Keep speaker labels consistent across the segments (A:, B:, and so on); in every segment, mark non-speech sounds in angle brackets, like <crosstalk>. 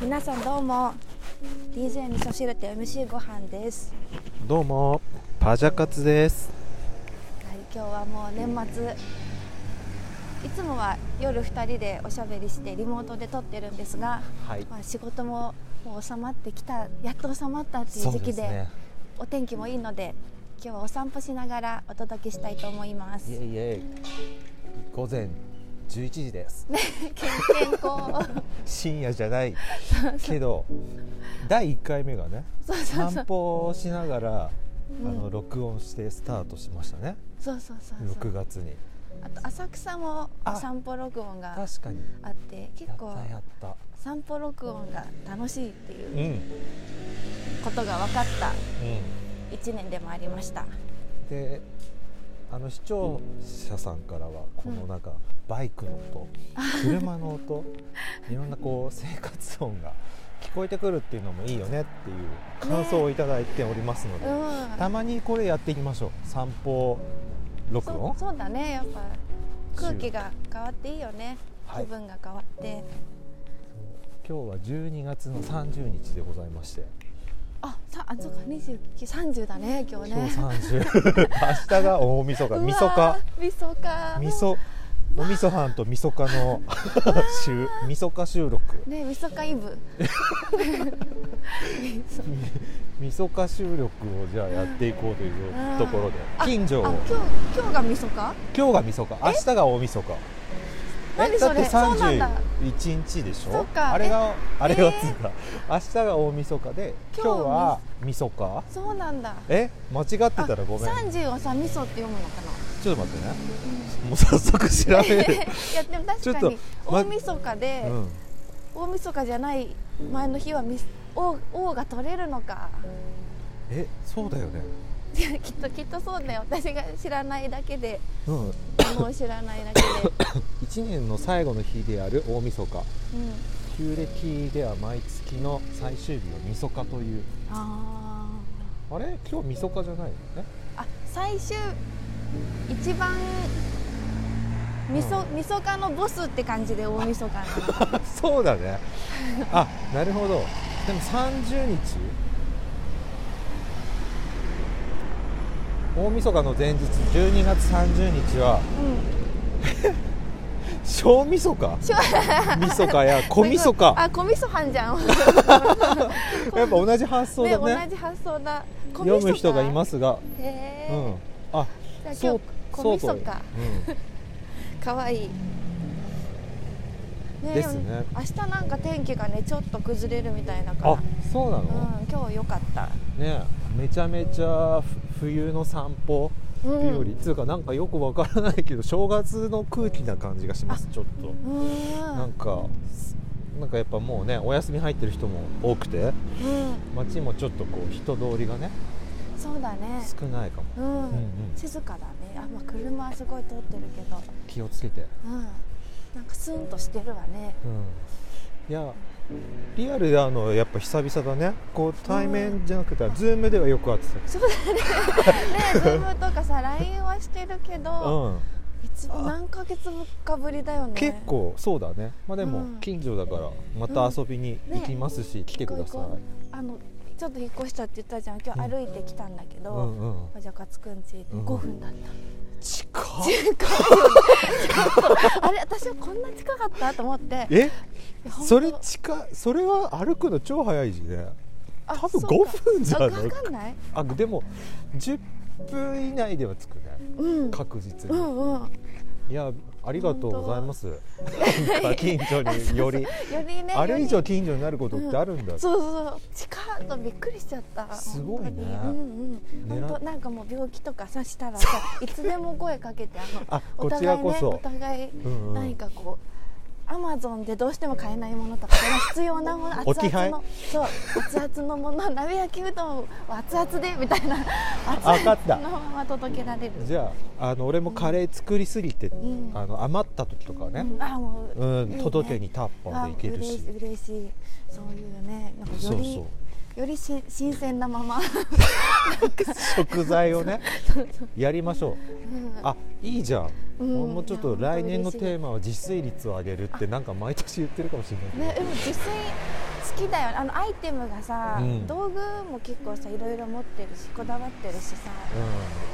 A: 皆さんどうも DJ 味噌汁と MC ご飯です、
B: どうもパジャカツです
A: はい、今日はもう年末いつもは夜2人でおしゃべりしてリモートで撮ってるんですが、
B: はい
A: まあ、仕事ももう収まってきたやっと収まったっていう時期でお天気もいいので今日はお散歩しながらお届けしたいと思います
B: イエイイエイ午前11時です
A: 健健 <laughs> 康
B: 深夜じゃないけど第1回目がね
A: そうそうそ
B: 散
A: う
B: 歩をしながら
A: うん
B: あの録音してスタートしましたね
A: そうそうそうそ
B: 6
A: う
B: 月に
A: あと浅草もお散歩録音が
B: 確かに
A: あって結
B: やっ
A: 構
B: たやった
A: 散歩録音が楽しいっていう
B: うんうん
A: ことが分かった1年でもありました
B: であの視聴者さんからはこのなんかバイクの音、車の音
A: <laughs>
B: いろんなこう生活音が聞こえてくるっていうのもいいよねっていう感想をいただいておりますの
A: う
B: で、
A: ん
B: たまにこれやっていきましょう散歩録
A: そ
B: 音
A: うそうだねやっぱ空気が変わっていいよね
B: は
A: 気
B: い
A: 分が変わって、
B: 今日は12月の30日でございまして、
A: あさあそうか29 30だね今日
B: 今
A: ね
B: 日
A: <laughs>
B: 30明日が大晦日
A: うわー
B: みそか
A: みそか
B: みそおみそ飯とみそかの <laughs> 収みそか収録
A: ねみそかイ
B: <laughs>
A: ブみそ
B: みそか収録をじゃあやっていこうという
A: うん
B: ところで
A: あ
B: 近所を
A: あ今日今日がみそか
B: 今日がみそか明日が大みそか
A: 何それ
B: だ
A: そう
B: っ
A: なん
B: て
A: だ
B: 31日でし
A: そっ
B: ょ
A: か
B: あれがあれが
A: え
B: つうか、明日が大みそかで
A: 今
B: 今
A: 日
B: 日
A: は
B: はみそか
A: そうなんだ
B: え間違ってたらごめん
A: 三十をさみそって読むのか
B: <laughs>
A: な
B: ちょっと待ってねもう早速調べ
A: <laughs>
B: る
A: いやでも確
B: ちょっ
A: か
B: と
A: に
B: ま
A: 大晦日で、
B: うん
A: 大晦日じゃない前の日はみ王王が取れるのか <laughs>
B: えそうだよね
A: きっときっとそうだよ私が知らないだけで
B: うん
A: もう知らないだ
B: <laughs>
A: けで、
B: 1年の最後の日である大みそか
A: うん、
B: 旧暦では毎月の最終日をみそかという
A: あ
B: あれ今日みそかじゃないよね
A: ーあ最終一番みそ、みそかのボスって感じで大晦日なのか
B: そうだねあなるほどでも30日大晦日の前日12月30日は
A: うん
B: <laughs> 小晦日
A: 小 <laughs>
B: 晦日や <laughs> 小晦日や
A: あ小晦日じゃ
B: <laughs>
A: ん
B: っぱ同じ発想だね
A: ね同じ発想だ小晦日
B: 読む人がいますが、
A: へ
B: う
A: ー
B: ん、あ
A: じゃあ今日小
B: そ
A: 晦
B: う
A: 日
B: と
A: 可愛いいね
B: ですね
A: 明日なんか天気がねちょっと崩れるみたいだ <laughs>
B: うん、
A: から
B: あそうなの、
A: うん今日良かった
B: ねめちゃめちゃふ冬の散歩
A: う
B: っていうよ
A: ん
B: り、つうかなんかよくわからないけど正月の空気な感じがしますちょっと
A: うん
B: なんかなんかやっぱもうねお休み入ってる人も多くて
A: うん
B: 街もちょっとこう人通りがね
A: そうだね
B: 少ないかも
A: うん、
B: うんうん
A: 静かだねあ、まあ、車はすごい通ってるけど
B: 気をつけて、
A: うんなんかスンとしてるわね
B: うん、いやリアルであのやっぱ久々だねこう対面じゃなくて、ズームではよく会ってたけ
A: そうだねねズームとかさ LINE はしてるけ
B: ど、
A: ど、
B: うん
A: いつも何ヶ月かぶりだよね
B: 結構そうだねまあで
A: う
B: も
A: ん
B: 近所だからまた遊びに行きますし、来てくだ
A: 行こ
B: さい、
A: う行こあのちょっと引っ越したって言ったじゃん今日歩いてきたんだけど、
B: うんうん
A: おじゃかつくんち
B: うん
A: 5分だっ、
B: 近った
A: あれ私はこんな近かったと思って
B: え
A: いやほんと
B: それ近いそれは歩くの超早いしね
A: あ
B: 多
A: そ
B: 分
A: うか
B: 5分じゃな
A: あ
B: い
A: かかんない
B: あでも10分以内では着くね
A: うん
B: 確実
A: う
B: に、
A: んうんよ
B: いやありがとうございますなんか近所により
A: り <laughs> ね
B: あれ以
A: よ
B: 上
A: り
B: 近所になることってあるんだ、
A: そうそう近っとびっくりしちゃった
B: すごいね
A: 本当にうんうん
B: 狙っ
A: 本当なんかもう病気とかさしたらさいつでも声かけてあの
B: あ
A: お
B: こ
A: 互
B: ち
A: い
B: ら
A: ね
B: こそ、
A: お互い
B: うんうん
A: 何かこうアマゾンでどうしても買えないものとかその必要なもの
B: お
A: 熱
B: <laughs> 置き
A: 々
B: 配
A: のそう熱々のもの <laughs> 鍋焼きうどんを熱々でみたいな
B: わかっ
A: そ
B: た
A: のまま届けられる、
B: じゃああの俺もカレー作りすぎて、
A: ん
B: あの余った時とかはね、
A: うんあもう、
B: うん
A: いいね
B: 届けにタッパ
A: あ
B: ーでいけるし
A: 嬉い嬉しいそういうねなんかより
B: そうそ
A: よりし新鮮なまま、
B: う食材
A: <laughs>
B: をねやりましょう
A: うん
B: あいいじゃん、
A: うん
B: 俺もちょっと来年のテーマは自炊率を上げるってなんか毎年言ってるかもしれないけど
A: ね、でも自炊好きだよあのアイテムがさ、
B: うん
A: 道具も結構さいろいろ持ってるしこだわってるしさ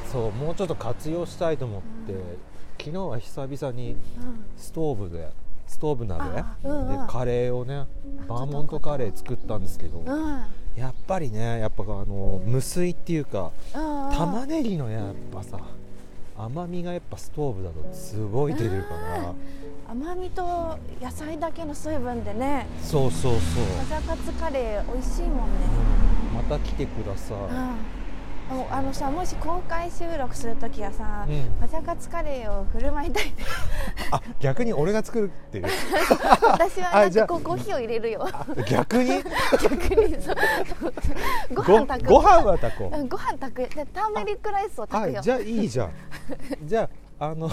B: うん、そうもうちょっと活用したいと思って、
A: うん
B: 昨日は久々に
A: うん
B: ストーブでストーブ鍋で
A: あうんうん
B: カレーをねバーモントカレー作ったんですけど、
A: うんうん
B: やっぱりねやっぱあの無水っていうか
A: うん
B: 玉ねぎのねやっぱさ甘みがやっぱストーブだとすごい出るから
A: 甘みと野菜だけの水分でね
B: そうそうそう、
A: カジャカツカレー美味しいもんね
B: また来てください、
A: うんもうあのさもし公開収録するときはさ、
B: うん
A: マジャカツカレーを振る舞いたいね
B: あ逆に俺が作るっ
A: <laughs>
B: ていう
A: 私はな
B: <laughs> あ
A: ん
B: じゃ
A: か
B: あ
A: こうコーヒーを入れるよ
B: 逆に
A: 逆に
B: <laughs>
A: そうご
B: ご
A: 飯炊く
B: ご飯は炊こう
A: うんご飯炊くでターメリックライスを炊くよ
B: あじゃあいいじゃんじゃああの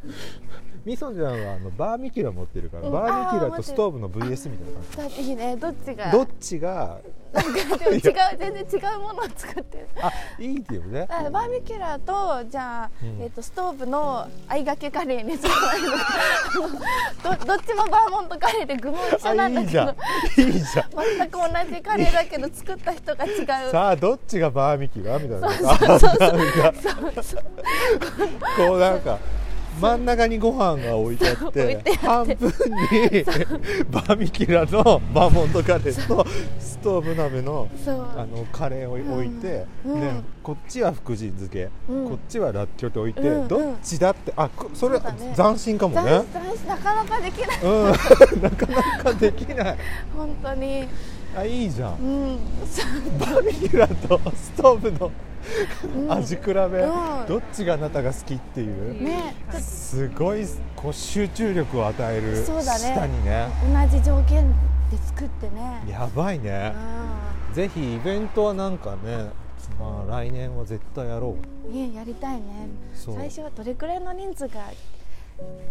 B: <laughs> みそちゃんはあのバーミキュラ持ってるから、
A: うん
B: バーミキュラ
A: あー
B: とストーブの VS みたいな
A: だ
B: 感
A: いいねどっちが
B: じどっちが
A: なんかでも違う全然違うものを作ってる
B: あいいっていうね
A: あバーベキュラーとじゃあ、
B: うん
A: えっとストーブのあいがけカレーにすればいいのかあのどどっちもバーモントカレーで具も一緒
B: あ
A: なんだ
B: いい
A: け
B: じゃ
A: ど
B: んいいじゃん
A: 全く同じカレーだけど作った人が違う
B: さあどっちがバーミキュラみたいなあなんかこうなんか真ん中にご飯が置いてあって
A: 置いて
B: 半分にバーミキュラのバーモントカレーとストーブ鍋の
A: そう
B: あのカレーを置いて、
A: うん
B: で
A: うん
B: こっちは福神漬け、
A: うん
B: こっちはらっきょうって置いて、
A: うんうん
B: どっちだってあこそれ
A: そうだね
B: 斬新かもね
A: 斬斬新なかなかできない
B: うん <laughs> なかなかできない
A: 本当に
B: あいいじゃん、
A: うんそう
B: バーミキュラとストーブの
A: うん
B: 味比べ、
A: ん
B: どっちがあなたが好きっていう、
A: ねちょっ
B: すごいこう集中力を与える
A: そうだね
B: 下にね
A: と同じ条件で作ってね
B: やばいね
A: う
B: ぜひイベントはなんかね、まあ、来年は絶対やろうん
A: ねやりたいね
B: そう
A: 最初はどれくらいの人数が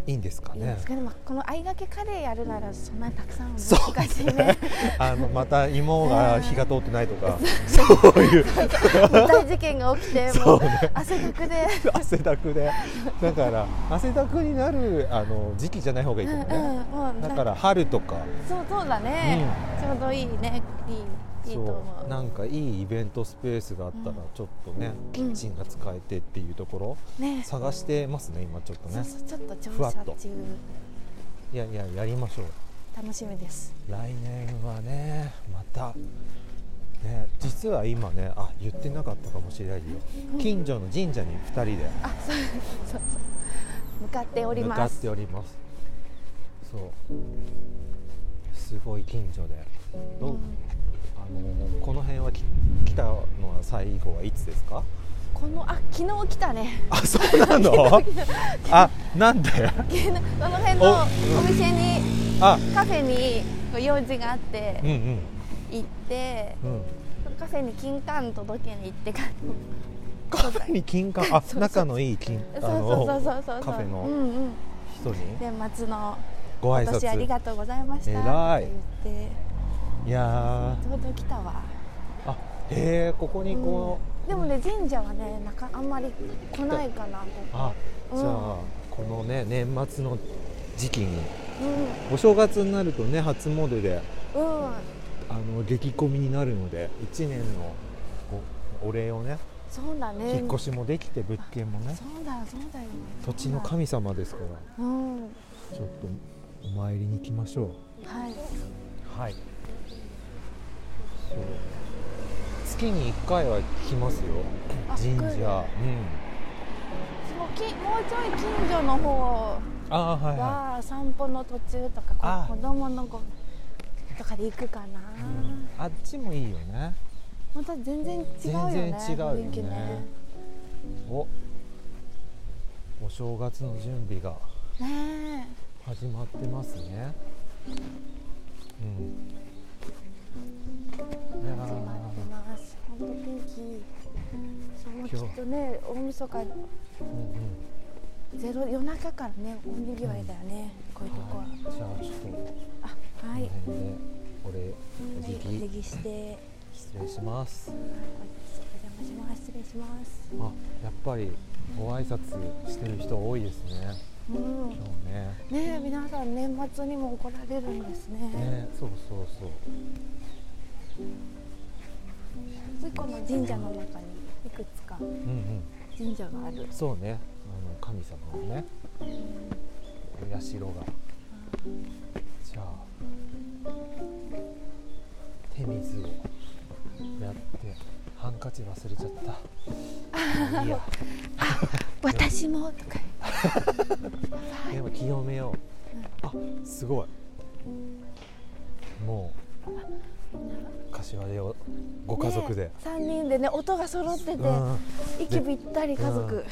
B: いいんですか
A: いいん
B: ね
A: ですかね、まあこのあいがけカレーやるならそんなにたくさんは
B: そう
A: 難しいね
B: あのまた芋が火が通ってないと
A: <laughs>
B: か <laughs> そういう
A: 大事件が起きても
B: そううね
A: 汗だくで
B: 汗だくでだから汗だくになるあの時期じゃない方がいいかも
A: うんうん
B: ね
A: もう
B: だから春とか
A: そうそうだね、ちょうどいいねいいいいと思
B: そう
A: う
B: なんかいいイベントスペースがあったら
A: うん
B: ちょっとねキッチンが使えてっていうところ
A: ね
B: 探してますね今ちょっと
A: そう
B: ね
A: そうちょっと
B: ふ
A: 調
B: わっ
A: 査
B: と
A: 中
B: いやいややりましょう
A: 楽しみです
B: 来年はねまたね実は今ねあ言ってなかったかもしれないよ近所の神社に2人で
A: あそうそうそう向かっており
B: 向か
A: ま
B: っ
A: す
B: ておりますそうすごい近所でどう、
A: うん
B: あのこの辺はき来たのは最後はいつですか
A: このあ昨日来たね
B: あそうなのあなんで
A: 昨日この辺の
B: お
A: お店に
B: あ
A: カフェにこう用事があって
B: うんうん
A: 行って
B: うん
A: カフェに金柑届けに行ってから
B: カフェに金柑あ仲のいい金あ
A: そうそうそうそうそう
B: カフェ
A: う
B: の
A: んうん、
B: 人に
A: 年末の
B: ご挨
A: 今年あり
B: 拶
A: がとうございました
B: 偉い
A: って言って
B: いや
A: ちょうど来たわ、
B: ーあへえここにこ
A: うんでもね神社はねなんかあんまり来ないかなこ
B: う
A: こ
B: あ
A: うん
B: じゃあこのね年末の時期に
A: う
B: お正月になるとね初詣で
A: んうん
B: あの激混みになるので1年のこうお礼をね
A: そうだね
B: 引っ越しもできて物件もね
A: そうだそうだよ
B: 土地の神様ですから
A: うんは
B: ちょっとお参りに行きましょ
A: いう
B: はいそう月に1回は来ますよ
A: あ
B: 神
A: 来る
B: 社うん
A: そのきもうちょい近所の方
B: ああーはいは
A: は散歩の途中とか
B: あ、
A: こ子供のごとかで行くかない
B: うん、あっちもいいよね
A: また全然違うよ
B: 全
A: ね
B: 然違うよね
A: 雰囲気ね
B: おお正月の準備が
A: ね
B: 始まってますねうんい
A: え
B: や
A: 始まってます本当天気そのきっとね大晦日
B: ーうん
A: ゼロ夜中からね大にぎわいだよねこういうとこ
B: う
A: は
B: ん、はいじゃあちょっと
A: あは
B: この
A: い
B: 辺でお礼お
A: はい
B: 辞
A: お
B: 儀
A: 辞儀して
B: 失礼します
A: はいお邪魔します失礼します
B: あやっぱりご挨拶してる人多いですね
A: うん
B: 今日ね
A: ね皆さん年末にも来られるんですね
B: ねそうそうそう
A: もう一個の神社の中にいくつか
B: うんうん
A: 神社がある
B: そうねあの神様のねお社がじゃあ手水をやってハンカチ忘れちゃ <laughs> ったいいや
A: 私もとか
B: でも清めよう、あすごいもう柏でおご家族で、
A: 3人でね音が揃ってて
B: うん
A: 息ぴったり家族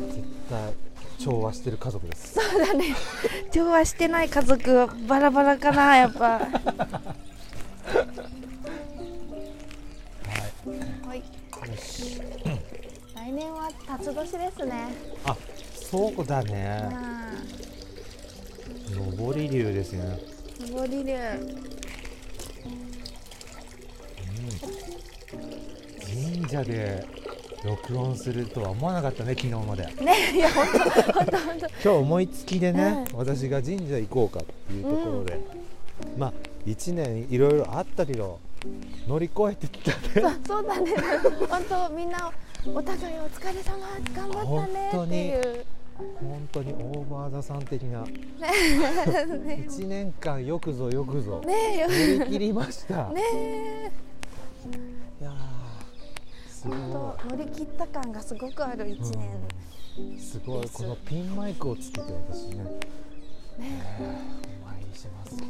B: 絶対調和してる家族です
A: そうだね調和してない家族バラバラかなやっぱはい
B: よし
A: 来年は辰年ですね
B: あそうだね
A: あ
B: 上り流ですね
A: あ上り流
B: うん神社で録音するとは思わなかったね昨日まで
A: ねいや本当本当本当
B: 今日思いつきでね、
A: う
B: 私が神社行こうかっていうところで、まあ1年いろいろあったけど乗り越えてきたね
A: そうそうだね本当みんなお互いお疲れ様頑張ったねっていう
B: 本当にオーバーザさん的な
A: <laughs> ね
B: 1年間よくぞよくぞ
A: ねよ
B: 乗り切りました、
A: ねえ
B: いやーすごい、
A: 本当乗り切った感がすごくある一年、
B: うんすごいこのピンマイクをつけて私
A: ね
B: ねお参りしますけど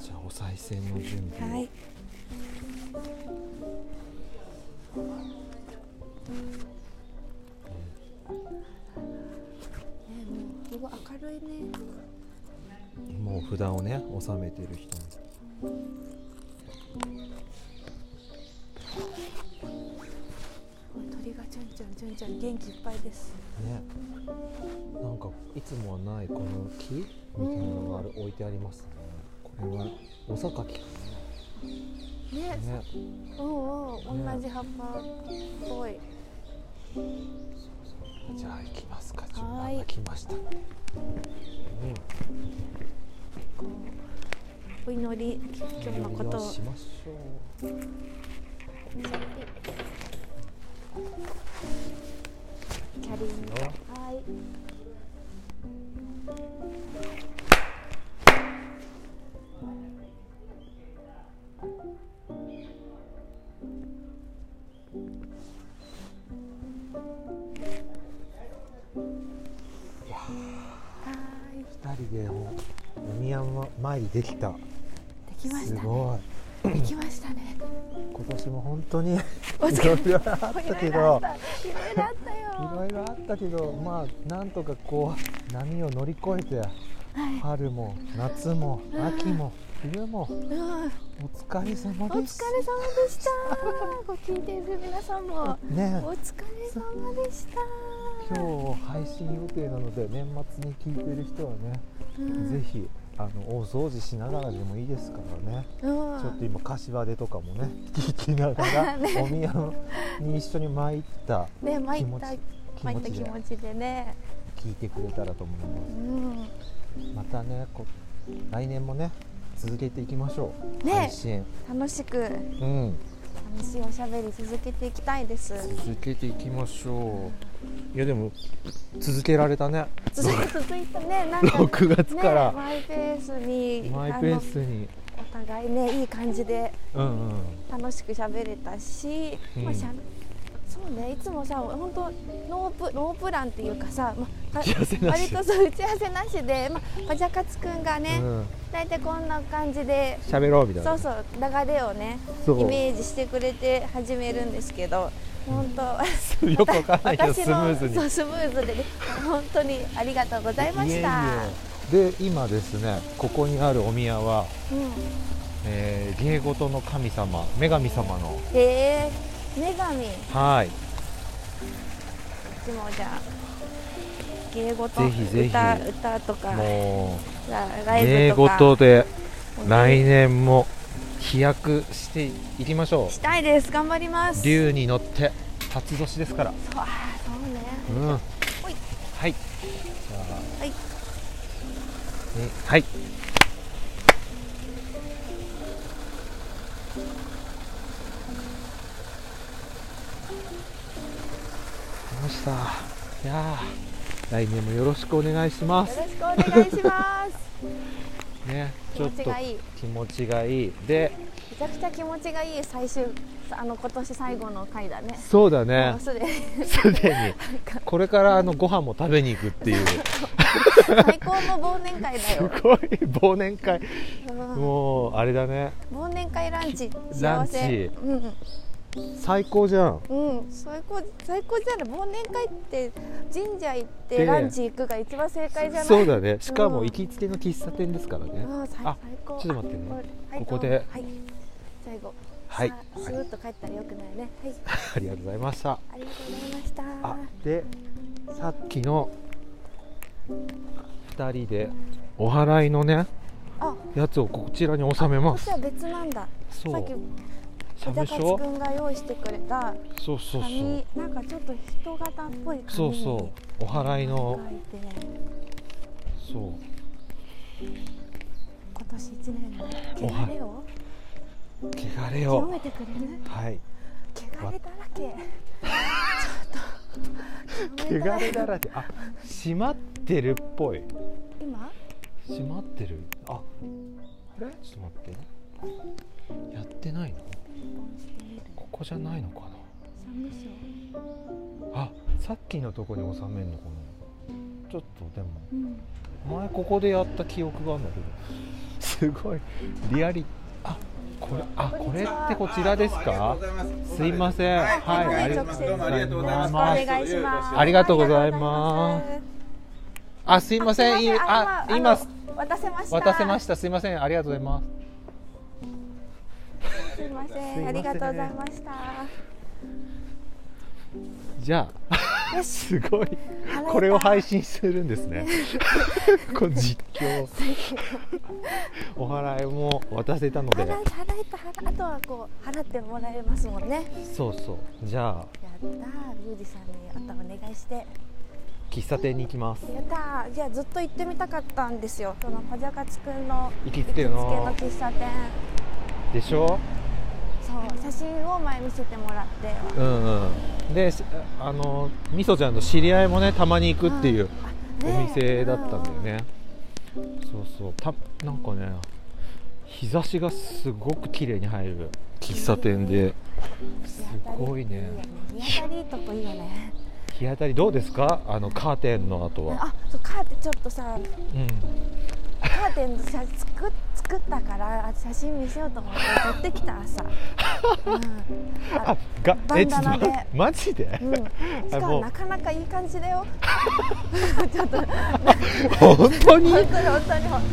B: じゃあお賽銭の準備を、
A: はいねもうすごい明るいね
B: もう札をね納めてる人も
A: 鳥がちょんちょんちょんちょん元気いっぱいです
B: ねなんかいつもはないこの木みたいなのがある置いてありますねこれはおさかきか
A: ね
B: なね
A: おうんうん
B: ね
A: 同じ葉っぱっぽい
B: じゃあ行きますか順
A: はーい
B: 番が来ましたね
A: こうお祈り
B: うん
A: 今日のこ
B: お祈り
A: と
B: を
A: を
B: しましょう
A: キャリーのはいはい
B: 二人でもお宮参りできた
A: できまし
B: す
A: た
B: ごい
A: ねできましたね
B: 今年も本当にい
A: お疲
B: ろ
A: れ
B: いろあった
A: いろ
B: けど
A: いろあったい
B: い
A: ろいろあ
B: ろいろあったけどまあなんとかこう波を乗り越えて、春も夏も秋も冬も
A: ったよ、うん
B: お疲れ様
A: お疲れ様
B: で
A: ですした。ご聞いている皆さんも。
B: ね
A: お疲れ様でした。
B: 今日配信予定なので年末に聞いてる人はね、
A: うん
B: ぜひあのお掃除しながらでもいいですからね、
A: うん
B: ちょっと今柏でとかもね聞きながらお宮に一緒に参った
A: ね、参
B: 気
A: っ
B: 持ち
A: た、
B: 気
A: 参
B: 持
A: った
B: ち
A: 気
B: で
A: 持ちでね。
B: 聞いてくれたらと思います
A: う。ん、
B: またねこ来年もね続けていきましょう、
A: ね
B: 配信、
A: 楽しく、
B: うん、
A: 楽しいおしゃべり続けていきたいです。
B: 続けていきましょういやでも続けられたね
A: 続いて、続いてね、
B: <laughs>
A: なんか。
B: 6月
A: ね
B: から、
A: マイペースに
B: マイペースに
A: あのお互いねいい感じで
B: うんうん
A: 楽しく喋れたし、
B: うん
A: まあ、しゃべそうねいつもさ本当ノープノープランっていうかさ、まあ、
B: 打ち合わせなし
A: 割とそう打ち合わせなしで、まあ、パジャカツくんがね、
B: うん
A: 大体こんな感じで、
B: 喋ろうみたい
A: そ
B: な
A: うそう流れをね
B: そう
A: イメージしてくれて始めるんですけど本当、
B: よくわかんないけど
A: 私
B: スム
A: の
B: ーズに
A: そうスムーズで、ね、本当にありがとうございました。
B: いえいえで今ですねここにあるお宮は、
A: うん、
B: えー、芸事の神様女神様の
A: えー、女神
B: はい
A: いつもじゃあ芸事
B: ぜひぜひ
A: 歌歌とか
B: も
A: ラ
B: う
A: ライ
B: 芸
A: ブとか
B: 事で
A: 本当に
B: 来年も飛躍していきましょ
A: したいです頑張ります
B: う竜に乗って辰年ですから
A: そうあーそうね
B: うんはいじゃあ
A: はい
B: ねはい来ましたいやー来年もよろしくお願いします
A: よろしくお願いします。
B: <laughs> ね
A: 気
B: ちょ
A: 持
B: っ
A: ち
B: と
A: がいい。
B: 気持ちがいいで
A: めちゃくちゃ気持ちがいい最終あの今年最後の回だね。
B: そうだ
A: も
B: ね
A: うすでに
B: すでにこれからあのご飯も食べに行くっ
A: <laughs>
B: ていう
A: 最高の忘年会だ
B: す
A: よ。
B: ごい忘年会
A: うん
B: もうあれだね
A: 忘年会ランチ幸せ。
B: ランチ
A: うん
B: 最高じゃん
A: うんうん最高最高じゃない忘年会って神社行っ
B: で
A: てランチ行くが一番正解じゃない。
B: そうだねしか
A: う
B: も
A: ん
B: 行きつけの喫茶店ですからね
A: うん最
B: あ
A: 最高。
B: ちょっと待ってね
A: はい
B: ここで
A: はい最後。
B: はい
A: さあスーッと帰ったらよくないね。はい
B: ありがとうございました
A: ありがとうございました。
B: あでさっきの2人でお祓いのね
A: あ
B: やつをこちらに収め
A: そ
B: ま
A: し
B: す
A: たら別なんだ。
B: そ
A: さっ
B: う
A: き小
B: サメシ
A: 高知
B: ョ
A: くんが用意してくれた
B: そうそうそう
A: 紙なんかちょっと人型っぽい紙に
B: そうそうお祓いの
A: 書いて
B: そう
A: 今年一年の汚れを
B: 汚れ
A: 清
B: を
A: めてくれる
B: はい
A: 汚れだらけちょっと
B: 汚れだらけあ閉まってるっぽい
A: 今
B: 閉まってるああれちょっと待ってやってないのここじゃないのか
A: 三部賞
B: なあさっきのとこに収めんのかなちょっとでも
A: うん
B: 前ここでやった記憶があるんだけどすごいリアリあこれあこれってこちらですかすいま
C: ん。
B: せんはい、
A: はい
B: あり
A: 直
B: が
A: 接
B: とうござい
A: よろしくお
B: ます
A: 願いします
B: ありがとうございますあすいませんいあ
A: あ
B: 今
A: 今渡せました
B: 渡せま
A: し
B: したすいませんありがとうございます
A: たすいませ
B: すい
A: ん
B: ません
A: ありがとうございました
B: じゃあ
A: よし
B: すごいこれを配信するんですねこう実況お祓いも渡せたの
A: 払
B: で
A: い払えた払あとはこう払ってもらえますもんね
B: そうそうじゃあ
A: やったー宮司さんにあったお願いして
B: 喫茶店に行きます
A: やったーじゃあずっと行ってみたかったんですよその小坂津くんの
B: 行き
A: 行
B: つ
A: きつけ
B: け
A: の
B: の
A: 喫茶店
B: でしょ
A: そう写真を前見せてもらって
B: うんうんでしあのみそちゃんの知り合いもねたまに行くっていう
A: あ
B: お
A: ね
B: 店だったんだよねそうそうたなんかね日差しがすごく綺麗に入る喫茶店ですごいね
A: うん日当たりいいとこいいよね
B: 日当たりどうですかあのカーテンの後は、
A: あそうカーテンちょっとさ
B: うん、
A: カーテンの写作作ったからあ写真見せようと思って撮ってきた朝、うんあ
B: あがえちょ
A: バ
B: っ
A: ンダナ
B: と待
A: で
B: ってマジで、 <laughs>
A: うん、しか
B: もう
A: もなかなかいい感じだよ <laughs> 本当に本当に本当
B: 本当に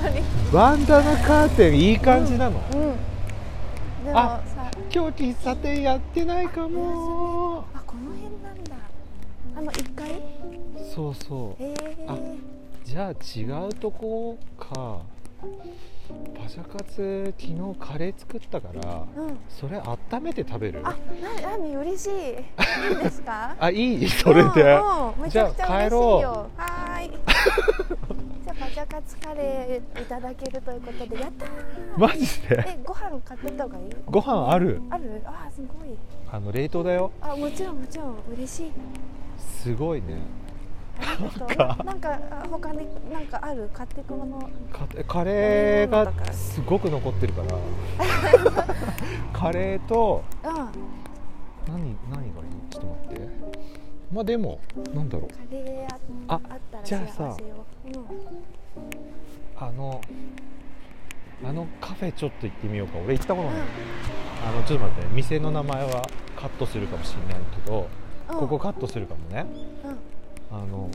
A: に
B: バンダナカーテンいい感じなの、
A: うん。でも
B: あ
A: さ、
B: 今日喫茶店やってないかも
A: あこの辺なんだ。あの一階？へ
B: そうそう
A: え。
B: あじゃあ違うとこかパシャカツ昨日カレー作ったから
A: うん。
B: それ温めて食べる？
A: あ、なラミ嬉しい。いいんですか
B: <laughs> あいいそ
A: う
B: れで、
A: んうんめちゃくちゃ嬉しい
B: じゃ
A: よ。はーい。じゃあパチャカツカレーいただけるということでやったー。
B: マジで
A: えご飯買ってった方がいい？
B: ご飯ある
A: ある？あーすごい。
B: あの冷凍だよ
A: あもちろんもちろん嬉しい。
B: すごいね
A: ありがとう。ななんかあ他になんかある買ってくもの。
B: カカレーがすごく残ってるからカレーと
A: うん。カ
B: 何何がいいちょっと待ってまあでもなんだろう
A: レーあ
B: あ
A: あったら
B: じゃあ
A: 幸
B: さ
A: せよ。うん。
B: あのあのカフェちょっと行ってみようか俺行ったことない、
A: う
B: あのちょっと待って店の名前はカットするかもしれないけど、
A: ん
B: ここカットするかもね
A: うん
B: あの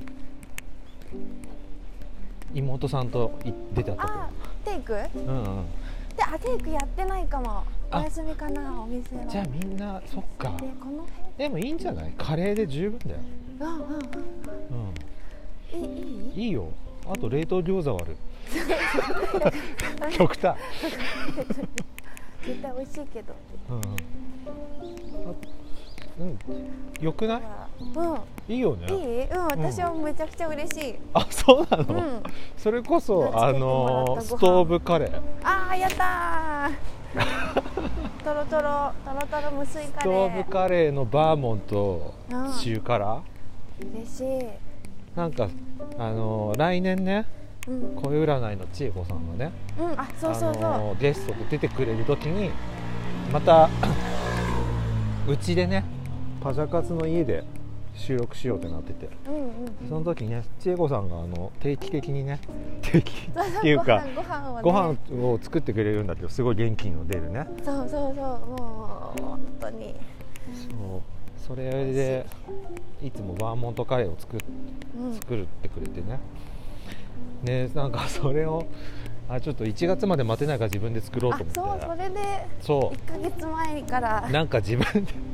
B: 妹さんとい出て会った
A: あテイクで
B: とうんうん
A: あテイクやってないかもお
B: あ
A: 休みかなお店は
B: じゃあみんなそっか
A: でこの
B: でもいいんじゃないカレーで十分だよ
A: 辺うんうんうんいいい
B: うん
A: い <laughs>
B: いいよあと冷凍餃子はある極端
A: 絶対美味しいけど
B: うんうんあうん、よくない
A: うん
B: いいよね
A: いいうん私はめちゃくちゃ嬉しい
B: あそうなの、
A: うん
B: それこそ
A: 助け
B: あ
A: てもらっ
B: の
A: たご飯
B: ストーブカレー
A: あーやったー <laughs> とろとろとろとろ無水
B: ス
A: カレ
B: トー
A: ー
B: ブカレーのバーモント中辛、
A: 嬉しい
B: なんかあの来年ね
A: うん
B: 恋占いの千恵子さんがね
A: うんあそうそうそう、
B: あのゲストで出てくれる時にまた <coughs> うちでねパジャカツの家で収録しようってなってて
A: うんうん
B: その時ね千恵子さんがあの定期的にね定期っていうか
A: ご飯を、ね、
B: ご飯を作ってくれるんだけどすごい元気の出るね
A: そうそうそうもう本当に
B: そうそれでいつもバーモントカレーを作っ
A: うん
B: 作ってくれてねねなんかそれをあちょっと1月まで待てないから自分で作ろう
A: あ
B: と
A: そ
B: 思っ
A: う
B: て
A: それで
B: そ
A: 一ヶ月前から
B: うなんか自分で <laughs>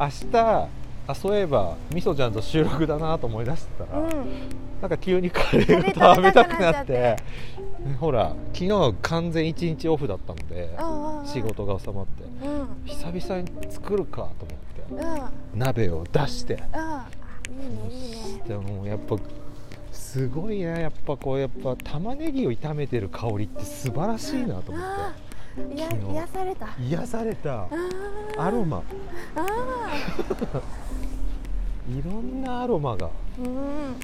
B: 明日あそういえばみそちゃんと収録だなと思い出してた
A: う
B: ら、
A: ん
B: なんか急にカレー
A: カレー食
B: が食べ
A: べ
B: た
A: た
B: く
A: く
B: な
A: な
B: っ
A: ってて
B: ねほら昨日は完全1日オフだったので
A: ああ
B: 仕事が収まって
A: うんうん
B: 久々に作るかと
A: う
B: 思って
A: んあ
B: 鍋を出して
A: いいねいいね
B: でもやっぱすごいねやっぱこうやっぱ玉ねぎを炒めてる香りって素晴らしいなと思っ
A: あーや
B: 昨日
A: 癒されたあ
B: て癒された
A: ー
B: アロマ
A: あ
B: いろんなアロマが
A: ーうん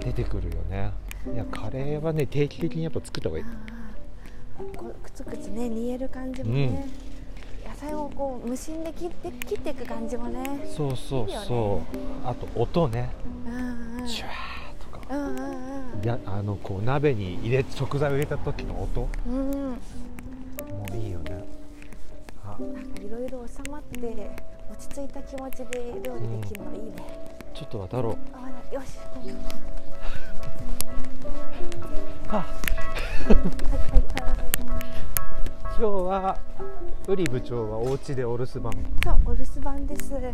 B: 出てくるよねいやカレーはね定期的にやっぱ作った方がいい
A: あーこうくつくつね煮える感じもね、野菜をこう無心で切って切っていく感じもね
B: そうそう
A: いい
B: そ
A: よ
B: うあと音ね
A: うんうん
B: シュワーとか
A: うんうん
B: いやあのこう鍋に入れ食材を入れた時の音も
A: うんうんうん
B: ういいよねあ
A: なんかいろいろ収まって落ち着いた気持ちで料理できるのいいね、
B: ちょっと渡ろう
A: あまだよしはいはい
B: あ
A: はい
B: 今日はウリ部長はお家でお留守番
A: そうお留守番ですオリー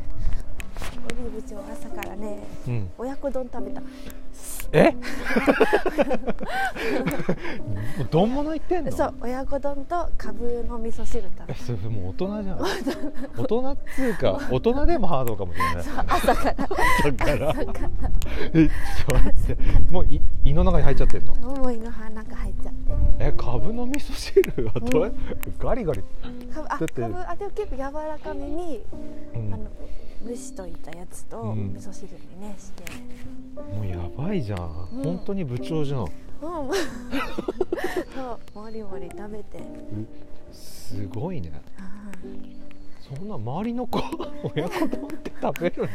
A: ブ長朝からね
B: うん
A: 親子丼食べた
B: え <laughs> どんもの言ってんの
A: そう親子丼とカブの味噌汁食
B: え
A: べた
B: それもう大人じゃん大人っつうか大人でもハードかもしれない
A: そう朝から
B: だからえちょっと待ってもうい胃の中に入っちゃってんの
A: 思いの鼻なんか入っちゃって
B: えカブの味噌汁はどう、
A: う
B: ガリガリ、
A: カブあ
B: だって
A: カブあでも結構柔らかめに、
B: う
A: あの
B: ん、
A: 蒸しといたやつと
B: うん
A: 味噌汁にね
B: <laughs>
A: して
B: もうやばいじゃん、
A: うん
B: 本当に部長じゃん
A: うん、そうもりもり食べて、
B: すごいね
A: うん
B: そんな周りの子親子丼って食べるの
A: で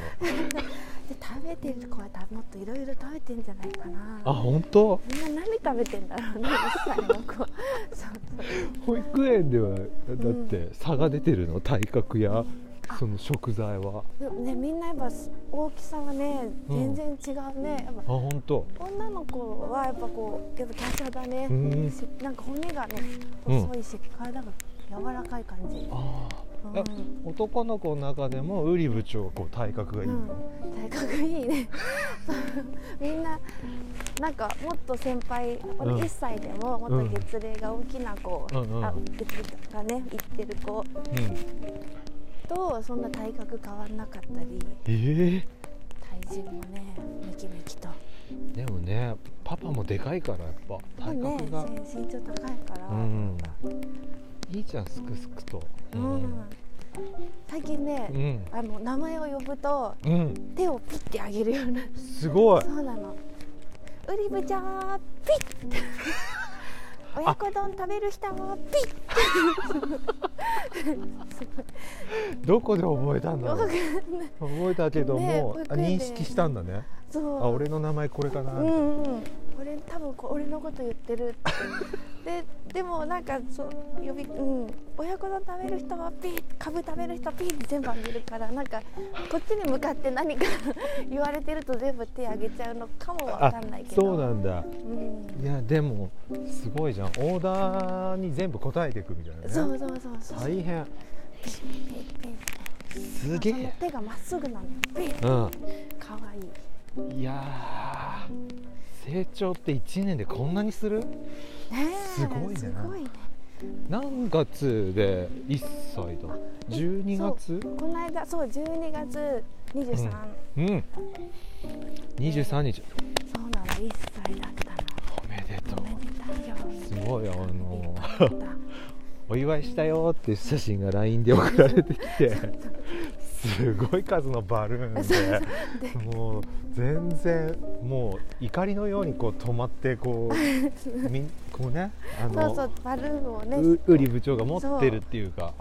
A: 食べてる子はたもっといろいろ食べてんじゃないかな
B: あ本当
A: みんな何食べてんだろうね1歳の子はそうそう
B: 保育園ではだっ
A: ん
B: て差が出てるの体格やその食材は
A: でもねみんなやっぱ大きさはね
B: うん
A: 全然違うね、やっ
B: あ本当
A: ぱ女の子はやっぱこうやっぱ華奢だね、
B: うん
A: しなんか骨がね
B: うん
A: 細いし、体が柔らかい感じ、
B: あ
A: うん
B: あ男の子の中でもウリ部長はこう体格がいい
A: うん
B: の、、
A: 体格いいね <laughs> そうみんななんかもっと先輩俺
B: うん
A: 1歳でももっと月齢が大きな子、
B: うんうん
A: あ月齢がね行ってる子
B: うん
A: とそんな体格変わんなかったり
B: え
A: 体重もねめきめきと
B: えでもねパパもでかいからやっぱ体
A: もう
B: 格が、
A: ねせ身長高いから、
B: うんいいじゃんすくすくと
A: うん最近ね、
B: うん、
A: あの名前を呼ぶと
B: うん、
A: 手をピッてあげるような
B: すごい
A: そうなの。ウリブちゃん、ピッ。親子丼食べる人はピッ。
B: どこで覚えたんだろう覚えたけど
A: ねえ
B: も
A: 保、育
B: あ
A: 園で
B: 認識したんだね
A: そう。
B: あ俺の名前これか
A: う
B: な、
A: んうん。俺多分こ俺のこと言って
B: <laughs>
A: るって。ででもなんかそう呼びうん親子丼食べる人はピッ、カブ食べる人はピッって全部あげるからなんかこっちに向かって何か言われてると全部手あげちゃうのかもわかんないけど。
B: そうなんだ
A: うん。
B: いやでもすごいじゃんオーダーに全部答えていくみたいなね
A: そうそうそうそう。
B: 大変
A: ピッピッ
B: すげ
A: その
B: え
A: 手がまっすぐなの。ピッ。
B: う
A: 可愛いい。
B: んいやー成長って1年でこんなにする
A: ねえ
B: すごいね
A: すごいね
B: 何月で1歳だ
A: あえ
B: 12月
A: この間そう12月23、
B: うんうん23日
A: そうなの1歳だったの
B: おめでと
A: おめ
B: う
A: でたいよ
B: すごいあの
A: よかった
B: お祝いしたよっていう写真が LINE で送られてきてすごい数のバルーンでもう全然もう怒りのようにこう止まってこうみんこうねあ
A: そうそ
B: の
A: うバルーンをね
B: ううり部長が持ってるっていうか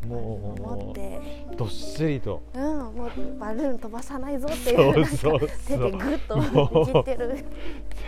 A: うん、持
B: も
A: って、
B: うどっしりと
A: うん、もうバルーン飛ばさないぞっていう
B: そ
A: な
B: う
A: んか
B: そう
A: 手で
B: そう
A: グッと握ってる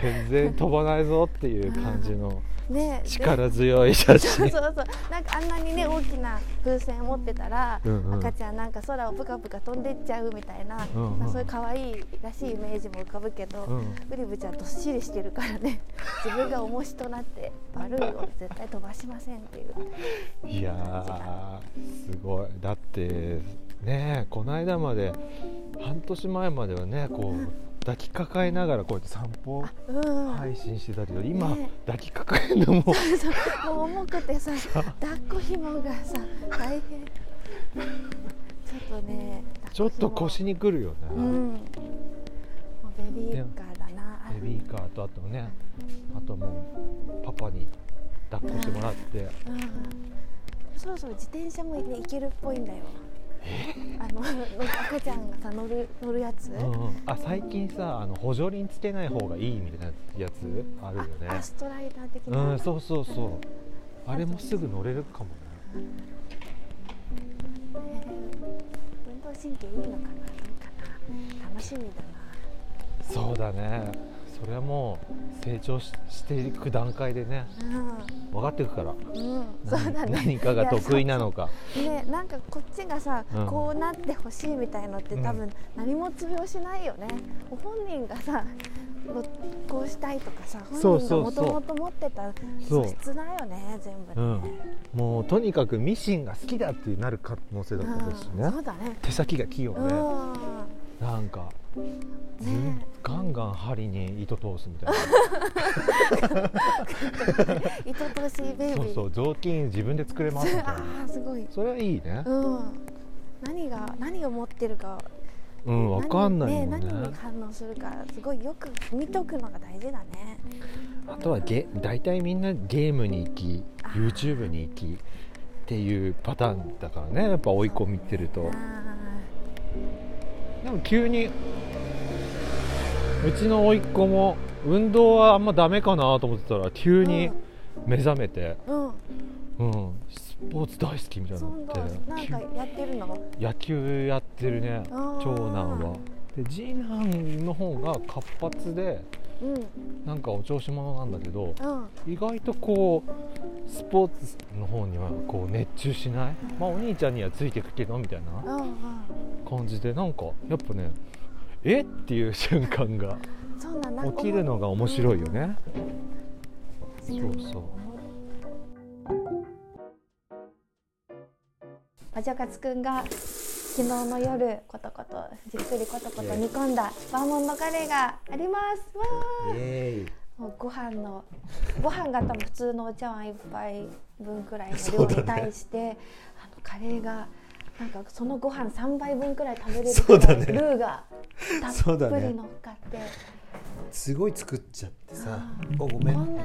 B: 全然飛ばないぞっていう感じの
A: ねで
B: 力強い写
A: そう
B: 真
A: そうそうなんかあんなにね大きな風船を持ってたら、
B: うんうん
A: 赤ちゃんなんか空をぷかぷか飛んでっちゃうみたいな、
B: うんうん
A: まあ、そういう可愛いらしいイメージも浮かぶけど、
B: うん
A: ウリブちゃんどっしりしてるからね自分が重しとなってバルーンを絶対飛ばしませんっていう
B: いやーすごいだってねこの間まで半年前まではねこう抱きかかえながらこうやって散歩
A: うん、
B: 配信してたけど今
A: ね
B: 抱きかかえるの
A: <laughs>
B: も
A: そうもう重くてさ抱っこ紐がさ大変ちょっとね
B: ちょっと
A: 抱っこ
B: 腰にくるよ
A: 紐うんも
B: ね
A: うベビーカーだな
B: ベビーカーとあとねあともうパパに抱っこしてもらって
A: うんそろそろ自転車もね行けるっぽいんだよあの赤ちゃんがさ乗る乗るやつ、
B: うんうんあ最近さあの補助輪つけない方がいいみたいなやつあるよ
A: あ
B: ね
A: アストライダー的な、
B: うんそうそうそうあれもすぐ乗れるかもね
A: ね運動神経いいのかなどうかな楽しみだ
B: そうだねそれはもう成長ししていく段階でね
A: な
B: 分かっていくから
A: うん、うん、そう
B: 何
A: だね
B: 何かが得意なのか
A: ねなんかこっちがさ、
B: うん
A: こうなってほしいみたいのって多
B: う
A: 分何も通用しないよね、もう本人がさこうこうしたいとかさ本
B: そ
A: 人
B: う
A: が
B: そう
A: も
B: そ
A: と
B: う
A: もと持ってた
B: そう
A: 素質だよね全部ね、
B: うんもうとにかくミシンが好きだってなる可能性だったですし
A: う
B: ね
A: んそうだね
B: 手先が器用
A: うん
B: でなんかうん
A: ね
B: ガンガン針に糸通すみた
A: <laughs>
B: いな
A: え糸通しベイビー
B: そうそう雑巾自分で作れますみたい
A: あ
B: な
A: あすごい
B: それはいいね
A: うん何が何を持ってるか
B: うんわかんない
A: ね
B: もんね
A: 何に反応するかすごいよく見とくのが大事だね
B: あとはゲ大体みんなゲームに行き YouTube に行きっていうパターンだからねやっぱ追い込みってると
A: あ
B: でも急にうちの甥っ子も運動はあんまダメかなと思ってたら急に目覚めて、
A: あうん
B: うんスポーツ大好きみたいに
A: そん
B: な
A: な
B: って
A: なんかやってるの
B: 急野球やってるね
A: あー
B: 長男はで次男の方が活発で
A: うんうん
B: なんかお調子者なんだけど意外とこうスポーツの方にはこう熱中しない、まあ、お兄ちゃんにはついてくけどみたいな
A: うん
B: 感じでなんかやっぱねえっていう瞬間が
A: うんそうなんなんか
B: 起きるのが面白いよね
A: う
B: そ
A: ん
B: うそ
A: 魔女活くんが昨日の夜コトコトじっくりコトコト煮込んだバーモントカレーがありますわ
B: うイエーイ
A: ーもうご飯のご飯が多分普通のお茶碗一杯分くらいの量に対して、あのカレーがなんかそのご飯3杯分くらい食べれる
B: そうだね
A: くらいルーがた
B: そうだ
A: っぷ
B: ね
A: り乗っかって。
B: すごい作っちゃってさおご
A: こんなこん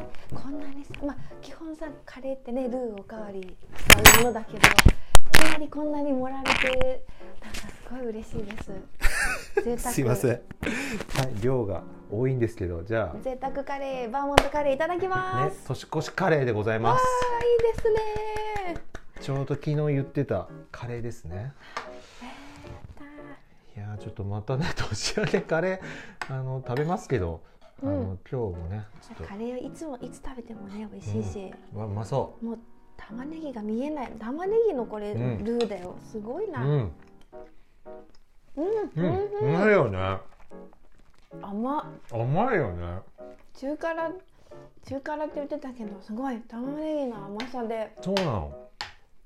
A: なにまあ基本さカレーってねルーおかわりしたものだけどいきなりこんなに盛られてなんかすごい嬉しい
B: <laughs>
A: です。贅沢
B: すいませんはい量が多いんですけどじゃ
A: 贅沢カレーバーモントカレーいただき
B: あ
A: ま
B: ね
A: す。
B: 年越しカレーでござい
A: わ
B: ま
A: あ
B: す
A: いいですね。
B: ちょうど昨日言ってたカレーですねいやーちょっとまたね年明けカレー <laughs> あの食べますけど、あ
A: う
B: の今日もねちょっ
A: カレーいつもいつ食べてもね美味しいし、
B: とわうまそ
A: もう玉ねぎが見えない玉ねぎのこれ、
B: うん
A: ルーだよすごいう
B: う
A: な。うん
B: んう
A: うんん
B: うまいよね
A: 甘っ
B: 甘いよね
A: 中辛中辛って言ってたけどすごい玉ねぎの甘さで
B: そうなの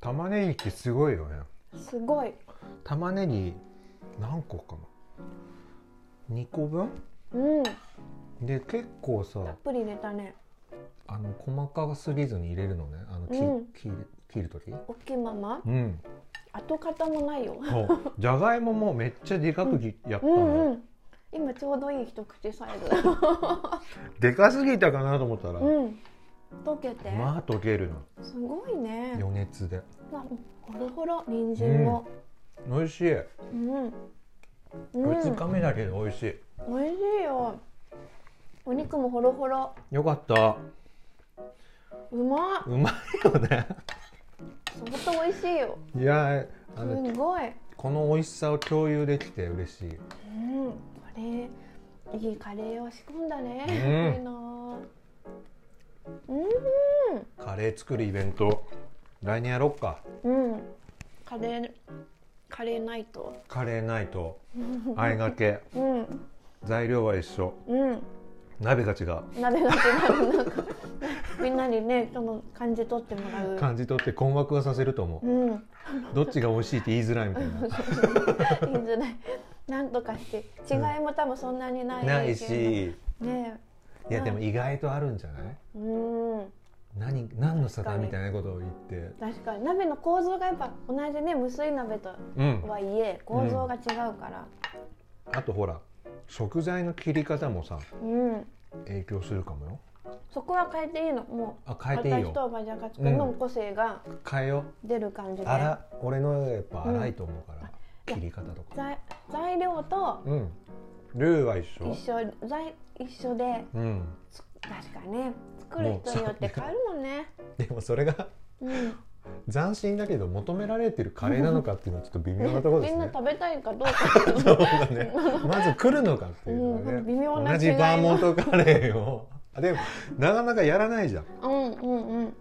B: 玉ねぎってすごいよね
A: すごい
B: 玉ねぎ何個かな2個分
A: うん
B: で結構さ
A: たっぷり入れたね
B: あの細かすぎずに入れるのねあのき、
A: うん
B: き切る時
A: 大きいまま
B: うん
A: 跡形もないよ
B: そうじゃがいももめっちゃでかくぎやった
A: う
B: の、
A: んうん今ちょうどいい一口サイズ
B: でかすぎたかなと思ったら、
A: うん溶けて、
B: まあ溶けるの
A: すごいね
B: 余熱で
A: なほろほろ人参も
B: 美味しい
A: うん、うん、
B: 2日目だけど美味しい、
A: 美味しいよお肉もほろほろ
B: よかった
A: うまっ
B: うまい
A: <laughs>
B: よね
A: 相当美味しいよ
B: いやあの
A: すごい
B: この美味しさを共有できて嬉しい
A: うんこれいいカレーを仕込んだね、
B: うん
A: いいなあうん
B: カレー作るイベント来年やろっか
A: うんカレーカレーナイト
B: カレーナイトあえがけ
A: うん
B: 材料は一緒
A: うん
B: 鍋が違う
A: 鍋が違うなんかみんなにねその感じ取ってもらう
B: 感じ取って困惑はさせると思
A: うん
B: うどっちが美味しいって言いづらいみたいな
A: いいんじゃないなんとかして違いも多分そんなにない
B: ない
A: け
B: し
A: どね
B: いやでも意外とあるんじゃない
A: うん
B: 何何の差だみたいなことを言って
A: 確かに鍋の構造がやっぱ同じね無水鍋と
B: うん
A: はいえ構造が違うから
B: あとほら食材の切り方もさ
A: うん、
B: 影響するかもよ
A: そこは変えていいのもう
B: あ変えていい
A: また
B: よ
A: 一晩じゃがつくの個性が
B: 変えよ
A: 出る感じで、
B: あら俺のやっぱ粗いと思うから、
A: うん
B: 切り方とか
A: 材材料と
B: うんルーは一緒
A: 一緒材一緒で
B: うん
A: つ確かにね作る人によって変わるもんね
B: でもそれが <laughs>
A: うん
B: 斬新だけど求められてるカレーなのかっていうのはちょっと微妙なところで
A: み
B: す
A: んな
B: ね
A: 食べたいかどうか
B: <laughs> そうだ
A: <laughs>
B: ねまず来るのかっていうのがね、
A: うん微妙な違いの
B: 同じバーモントカレーをあでもなかなかやらないじゃん
A: うんうん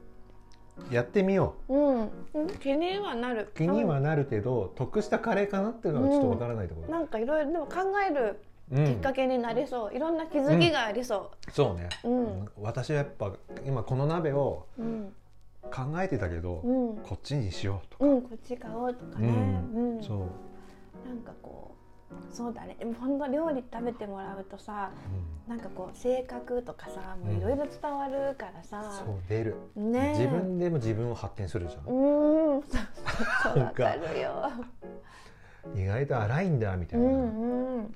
B: やってみよ
A: うんうん気にはなる
B: う気にはなるけど、得したカレーかなっていうのはちょっとわからないとこ
A: うん
B: ろ、
A: なんかいろいろでも考える
B: うん
A: きっかけになりそう、いろんな気づきがありそ
B: そうね、
A: ううん
B: 私はやっぱ今この鍋を
A: うん
B: 考えてたけど、
A: うん、
B: こっちにしようとか、
A: うん、こっち買おうとかね、うん
B: そう、
A: なんかこうそうだねでもほんと料理食べてもらうとさなんかこう性格とかさもういろいろ伝わるから
B: うん
A: さ
B: そ、う出る、
A: ねえ
B: 自分でも自分を発見するじゃん
A: う、ーんそう <laughs> そうそう
B: なん
A: わ
B: か
A: かるよ
B: 意外と荒いんだみた
A: う
B: いな、うん
A: んうん
B: うん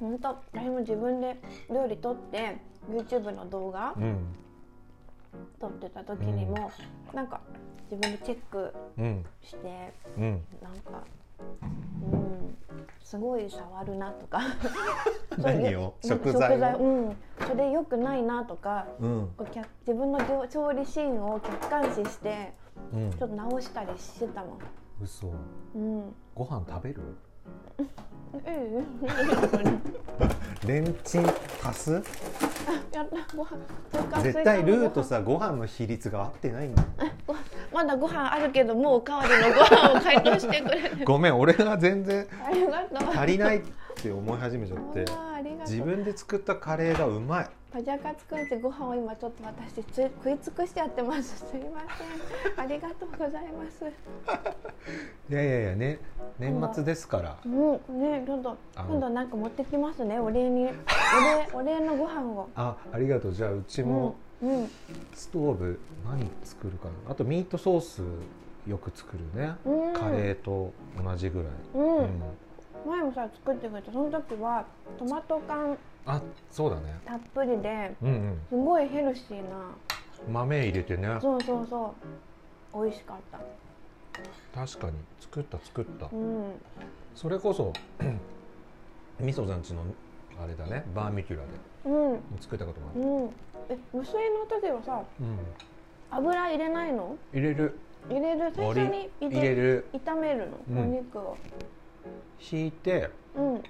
A: ほんと私も自分で料理撮って YouTube の動画
B: うん
A: 撮ってた時にも、なんか自分でチェック
B: うん
A: して
B: うん
A: なんかうんすごい触るなとかそういう
B: 何を
A: <laughs> なんか
B: 食材を
A: うん、それ良くないなとか
B: うん
A: こう客自分の料調理シーンを客観視して
B: うん
A: ちょっと直したりしてたも
B: 嘘
A: ん。うん
B: ご飯食べる
A: うん、
B: レンチン足す
A: やったご飯追加
B: 絶対ルーと
A: 追
B: さご飯の比率が合ってないんだ
A: 加まだご飯あるけどもうおかわりのご飯を解凍してくれる
B: ごめん俺が全然
A: ありがとう
B: <laughs> 足りないって思い始めちゃって
A: あーありが
B: 自
A: とう
B: 分で作ったカレーがうまい
A: パジャカ作ってご飯を今ちょっと私つい食い尽くしてやってますすいませんありがとうございます
B: いやいやいやね年末ですから
A: うんねちょっと
B: あの
A: 今度なんか持ってきますねお礼にお礼お礼のご飯を
B: あありがとうじゃあうちも
A: うん、うん
B: ストーブ何作るかなあとミートソースよく作るね
A: うん
B: カレーと同じぐら
A: う
B: い、
A: ん
B: うん
A: 前もさ作ってくれたその時はトマト缶
B: あそうだね
A: たっぷりで
B: うん
A: すごいヘルシーな
B: うん豆入れてね
A: そうそうそう美味しかった
B: 確かに作った作った
A: うん
B: それこそ <clears throat> みそちゃんちのあれだねバーミキュラで
A: うん
B: 作ったこともある、
A: うんえ無水の時はさ
B: うん、
A: 油入れないの
B: 入れる
A: 入れる最初に入
B: 入
A: れ
B: れる
A: 炒めるの、
B: うん
A: お肉を
B: 引いて
A: うん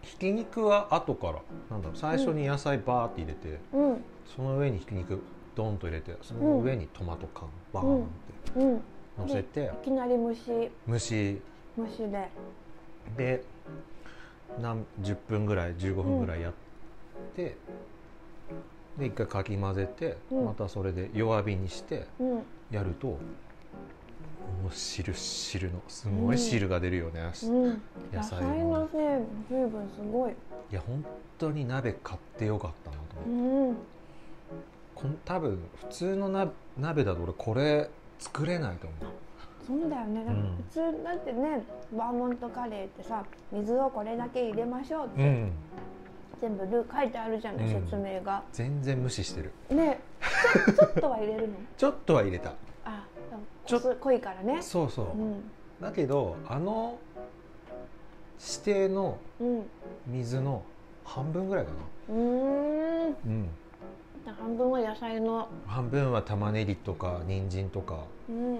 B: ひき肉は後からなんだろう最初に野菜バーって入れて、
A: うん
B: その上にひき肉ドンと入れてその上にトマト缶バーンって
A: うん
B: 乗せて
A: いきなり蒸し
B: 蒸し
A: 蒸しで
B: で何10分ぐらい15分ぐらいやって、で一回かき混ぜて、
A: うん
B: またそれで弱火にして
A: うん
B: やるともう汁汁のすごい汁が出るよね、
A: うん
B: 野
A: 野
B: 菜
A: 菜
B: も
A: のね水分すごい
B: いや本当に鍋買ってよかったなとと思
A: う
B: って
A: ん
B: こん多分普通のな鍋だと俺これ作れないと思う
A: そうだよねなんか
B: うん
A: 普通だってねバーモントカレーってさ水をこれだけ入れましょうって、
B: うん
A: 全部ルー書いてあるじゃない、
B: うん
A: 説明が
B: 全然無視してる
A: ねちょ <laughs> ちょっとは入れるの
B: ちょっとは入れた
A: あでも
B: ちょ
A: 濃す濃いからね
B: そうそうう、
A: ん
B: だけどあの指定の
A: うんう
B: 水の半分ぐらいかな、
A: ーん
B: うん、
A: 半分は野菜の
B: 半分は玉ねぎとか人参とか
A: うん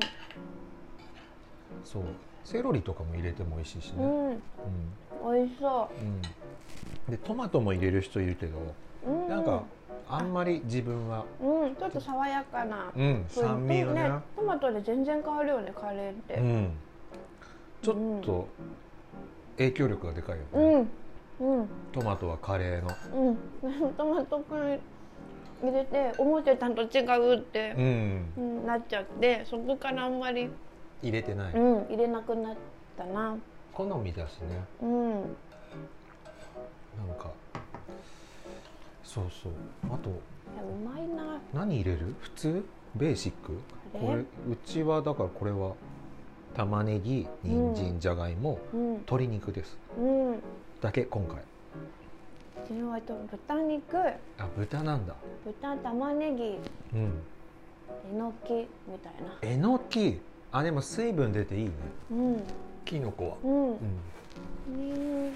B: そうセロリとかも入れても美味しいし
A: う
B: ね、
A: ん
B: う
A: 美味しそ
B: んうんでトマトも入れる人いるけど
A: う、うん、
B: なんかあんまり自分は、
A: うんちょっと爽やかな
B: うん、酸味がね
A: トマトで全然変わるよねカレーっ
B: う
A: て
B: ん、ちょっと影響力がでかいよね、
A: うんうん
B: トマトはカレーの、
A: うん、トマトくん入れて思ってたんと違うって
B: う、ん、
A: うんなっちゃってそこからあんまり、
B: 入れてない、
A: うん、入れなくなったな
B: 好みだしね
A: うん
B: なんかそうそうあと
A: いやうまいな
B: 何入れる普通ベーシック
A: カレ
B: こ
A: ー
B: れうちはだからこれは玉ねぎ人参じゃがいも
A: うん
B: 鶏肉です
A: うん
B: だけ今回
A: 自分はと豚肉
B: あ豚なんだ
A: 豚玉ねぎえ
B: うん
A: のきみたいな
B: えのきあでも水分出ていいね
A: うん
B: きのこは
A: うん、
B: うん
A: うん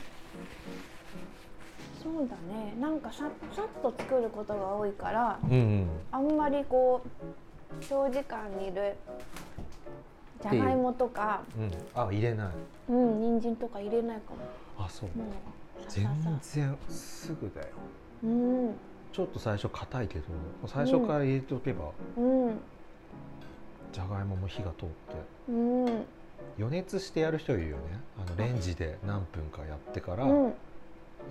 A: そうだねなんかささっと作ることが多いから
B: うん
A: あんまりこう長時間煮るじゃがいもとか、
B: うん、うん、あ入れない
A: うん、人参とか入れないかも。
B: あそう
A: もうさ
B: 全
A: ささ。
B: 然すぐだよ
A: うん、
B: ちょっと最初硬いけど最初から入れておけば、
A: うん、
B: じゃがいもも火が通って
A: うん、
B: 余熱してやる人いるよねあのレンジで何分かやってから
A: うん。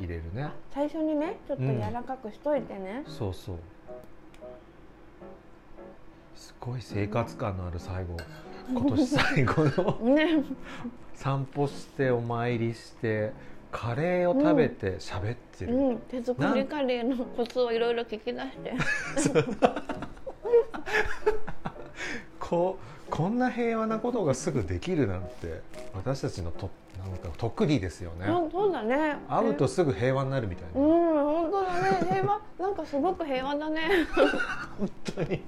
B: 入れるね、
A: 最初にね、ちょっと柔らかくしといてね。
B: そうそうすごい生活感のある最後今年最後
A: <laughs>
B: の
A: ね、
B: 散歩してお参りしてカレーを食べて喋ってる、
A: うん、手作りカレーのコツをいろいろ聞き出して。
B: こうこんな平和なことがすぐできるなんて私たちのとなんか特技ですよね
A: そうそうだね。
B: 会うと。すぐ平和になるみた
A: う
B: い
A: ん、
B: な
A: 本当だね。平和、なんかすごく平和だね。
B: <laughs> 本当に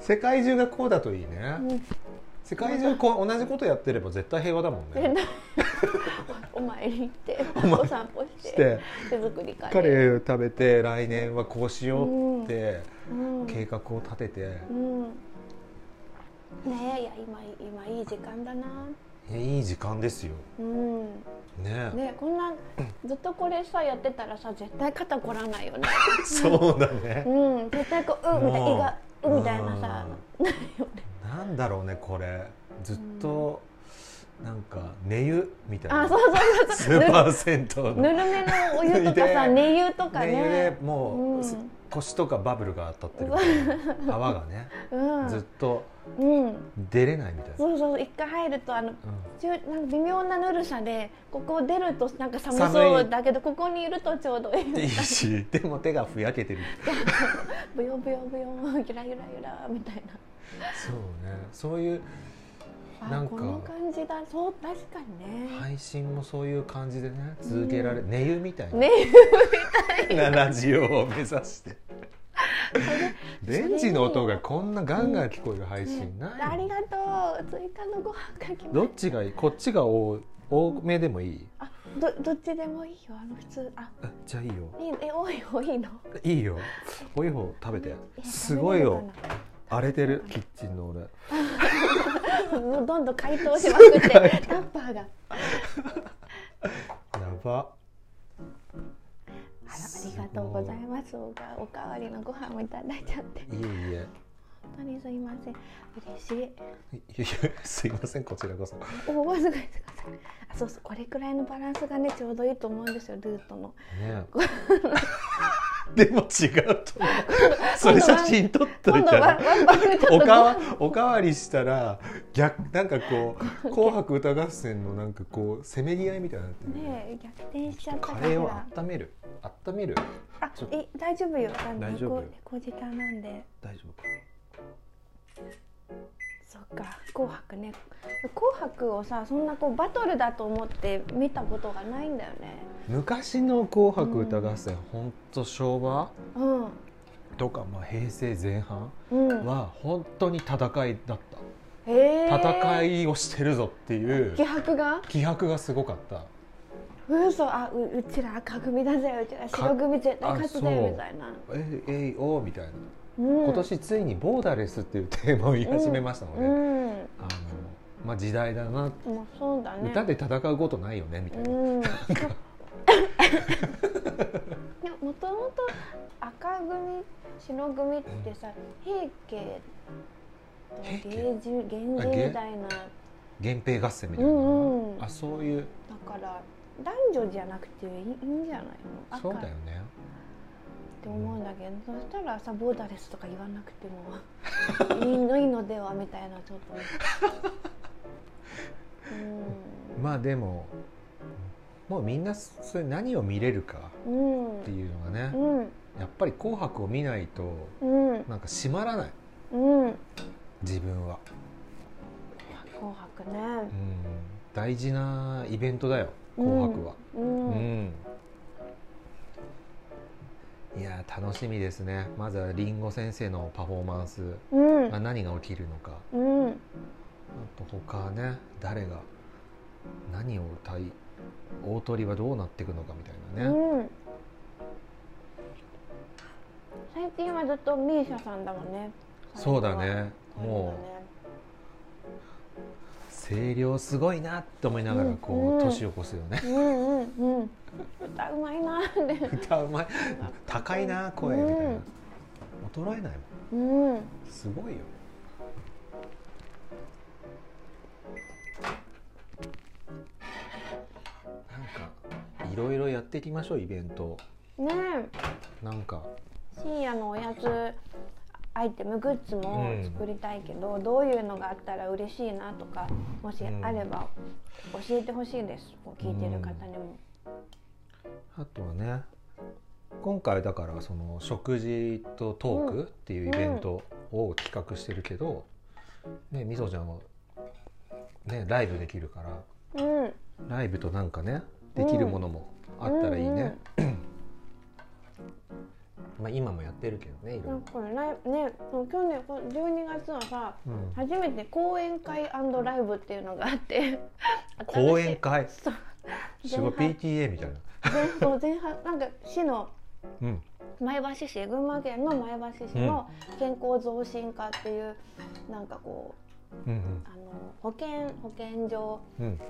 B: 世界中がこうだといいね、
A: うん
B: 世界中こう同じことやってれば絶対平和だもん
A: で
B: ね
A: なお参り行って、
B: 参り
A: お散歩し、
B: してて
A: 手作りカレー。
B: カレーを食べて来年はこうしようって
A: うん。
B: 計画を立てて、
A: うん。ねえ、いや、今、今いい時間だな。
B: いい時間ですよ
A: うん。
B: ね
A: ねこんなずっとこれさやってたらさ絶対肩こらないよね
B: そうだね、
A: うん絶対こううんみたいな
B: もう
A: 胃がうんみたいなさ <laughs>
B: なんだろうねこれずっと、なんか寝湯みたいな
A: あそうそうそう
B: スーパー銭湯の
A: ぬるめのお湯
B: <laughs>
A: とかさ
B: で
A: 寝湯とか
B: 寝湯で
A: ね
B: もう、
A: うん
B: 腰とかバブルが当たってるみた
A: <laughs>
B: いな泡がね
A: うん
B: ずっと
A: うん
B: 出れないみたいな、
A: そうそう一回入るとあの
B: う
A: 中なんか微妙なぬるさでここ出るとなんか寒そ
B: 寒
A: う
B: い
A: だけどここにいるとちょうどい
B: ん、い
A: い
B: いしでも手がふやけてる
A: ブヨブヨブヨゆらゆらゆらみたいな
B: そうねそういう
A: あ
B: なんか
A: この感じだそう確かにね、
B: 配信もそういう感じでね続けられ、寝湯みたいな、
A: ね
B: なラジオを目指して
A: れ
B: レンジの音がこんなガンガン聞こえる配信ない、
A: ありがとう追加のご飯かけま
B: ど
A: す
B: っちがいいこっちが多多めでもいい
A: あどどっちでもいいよあの普通あ
B: あじゃあいいよ
A: いいえ多い方いいの
B: いいよ多い方食べて
A: え
B: すごいよ
A: 食べれる
B: 荒れてるキッチンの俺
A: かなもうどんどん解凍しまくってタッパーがあら
B: やば
A: ありがとうございますおかおかわりのご飯もいただいちゃって
B: いえいえ
A: 本当にすいません嬉しい
B: いやいやすいませんこちらこそ、
A: おおすごいすごいすごいあそうそうこれくらいのバランスがねちょうどいいと思うんですよルートの
B: ね、 <laughs> でも違うと思うそれ写真撮っと
A: 今
B: い
A: 度
B: た
A: は
B: ら
A: ワンバウンちょ
B: お
A: っと
B: かわおかわりしたら逆なんかこ
A: <laughs>
B: う「紅白歌合戦」のなんかこうせめぎ合いみたいになってる
A: ねえ逆転しちゃった
B: カ
A: か
B: レーを
A: ら
B: 温める温める
A: あ
B: ちょっと
A: え大丈夫よあの
B: 大丈夫
A: 猫猫舌なんで
B: 大丈夫か
A: そっか紅白ね紅白をさそんなこうバトルだと思って見たことがないんだよね
B: 昔の「紅白歌合戦」ほんと昭和
A: うん
B: とか、まあ、平成前半
A: うん
B: は本当に戦いだっ
A: へえ
B: た戦
A: い
B: いをしてるぞっていう
A: 気迫が
B: 気迫がすごかった
A: 嘘あううちら赤組だぜうちら白組絶対勝つ
B: あそ
A: ぜ
B: う
A: みたいな、
B: 「えいえいおー」みたいな、
A: うん、
B: 今年ついに「ボーダーレス」っていうテーマを言い始めましたの
A: う
B: で、
A: ん
B: あのまあ、時代だな、
A: もうそうだね
B: 歌で戦うことないよねみた
A: う
B: いな、
A: ん <laughs> でももともと赤組白組ってさ平家
B: 平家
A: 源氏源氏みたいなだ
B: 源平合戦みたいな、
A: うんうん
B: あそういう
A: から男女じゃなくていいいいんじゃないの赤
B: そう
A: っ
B: だよね
A: て思うんだけど、そしたらさボーダレスとか言わなくてもいいのいいのではみたいなちょっと。
B: まあでももうみんなそれ何を見れるか
A: うん、うん
B: っていうのがね、
A: うん
B: やっぱり「紅白」を見ないと
A: うん
B: なんか閉まらない
A: うん
B: 自分は、
A: 紅白ね
B: う。ん、大事なイベントだよ「紅白は」
A: う
B: うん
A: ん。
B: いやー楽しみですねまずはりんご先生のパフォーマンス
A: うん
B: が何が起きるのか
A: うん
B: あと他ね誰が何を歌い大鳥はどうなっていくのかみたいなね、
A: うん最近はずっとミーシャさんだもんね
B: そうだねもう声量すごいなって思いながらこう、
A: うん
B: 年を越すよね
A: ううんうんうん歌うまいなって
B: 歌うまい高いな声みたいな、
A: うん
B: 衰えないもん
A: うん
B: すごいよなんかいろいろやっていきましょうイベント
A: ね
B: なんか
A: え深夜のおやつアイテムグッズも作りたいけど、どういうのがあったら嬉しいなとかもしあれば教えてほしいです、こう聞いてる方にも、
B: あとはね今回だからその食事とトークっていうイベントを企画してるけど、ねみそちゃんはねライブできるから
A: うん
B: ライブとなんかねできるものもあったらいいね、まあ今もやってるけどねいろい
A: なん
B: ろ
A: かこれライブねその去年こう12月はさ、
B: うん
A: 初めて講演会ライブっていうのがあって
B: <laughs> 講演
A: 会
B: 会
A: そう
B: すごい
A: 前半
B: PTA みたいな
A: 前そう前半なんか市の
B: うん
A: 前橋市群馬県の前橋市の健康増進課っていう、なんかこう
B: うん
A: あの保健保健所
B: うんうん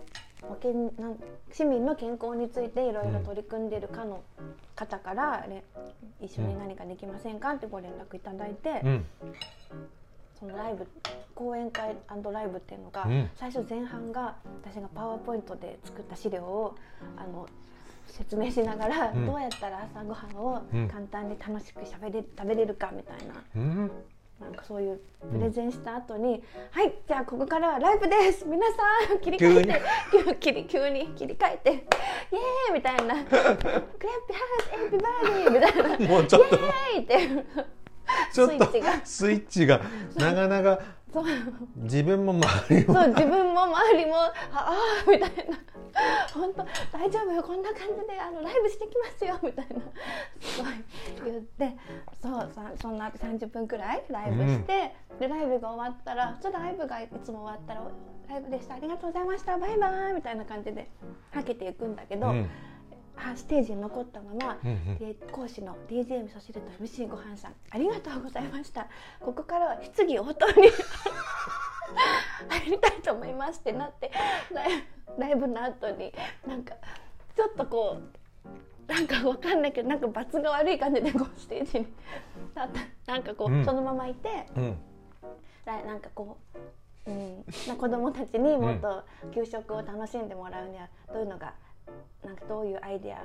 A: 保健なん市民の健康についていろいろ取り組んでる課の方から、ね一緒に何かできませんかってご連絡いただいて、
B: うん
A: そのライブ講演会ライブっていうのが、
B: うん
A: 最初前半が私がパワーポイントで作った資料をあの説明しながら、
B: うん
A: どうやったら朝ごはんを
B: うん
A: 簡単に楽しくしゃべれ食べれるかみたいな
B: うん
A: なんかそういうプレゼンした後に、はいじゃあここからはライブです皆さん切り替えて急に <laughs> 急に急に切り替えてイエーイみたいなクレープハウスエビバーディーみたいなイ
B: もうちょっと
A: エーイって
B: ちょっ
A: スイ
B: と
A: ッチが
B: スイッチがなかなか
A: そう
B: 自分も周りも
A: そう自分も周りもああーみたいな本当大丈夫よこんな感じであのライブしてきますよみたいなすごい言ってそうさそんな30分くらいライブして、でライブが終わったらそうライブがいつも終わったら「ライブでしたありがとうございましたバイバーイ」みたいな感じではけていくんだけど、
B: うん
A: あステージに残ったまま、
B: うんうん
A: で講師の DJ 味噌汁と MC ごはんさんありがとうございましたここからは質疑応答に <laughs> 入りたいと思いますってなってライブライブの後になんかちょっとこうなんかわかんないけどなんか罰が悪い感じでこうステージになったなんかこう、
B: うん
A: そのままいて
B: うん
A: らなんかこう、うん、な子供たちにもっと給食を楽しんでもらうにはどういうのがなんかどういうアイデア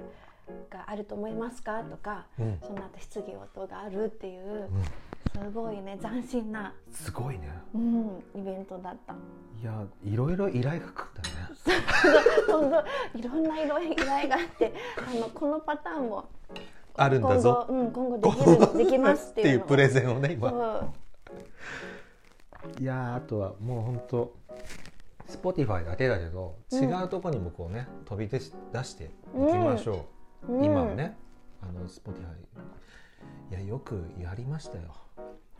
A: があると思いますかとか、
B: うん
A: その後質疑応答があるっていう、すごいね斬新な、
B: すごいね
A: うん、イベントだった <laughs>
B: いやいろいろ依頼が来たね
A: 本当いろんな色依頼があ <laughs> ってあのこのパターンも
B: あるんだぞ
A: 今後,、うん、今後できるできます <laughs> っていうの
B: プレゼンをね
A: そ
B: 今
A: う
B: いやーあとはもうほんと Spotify だけだけど
A: うん
B: 違うとこにもこうね、飛び出し出していきましょう、
A: うん
B: 今もねあの Spotify いやよくやりましたよ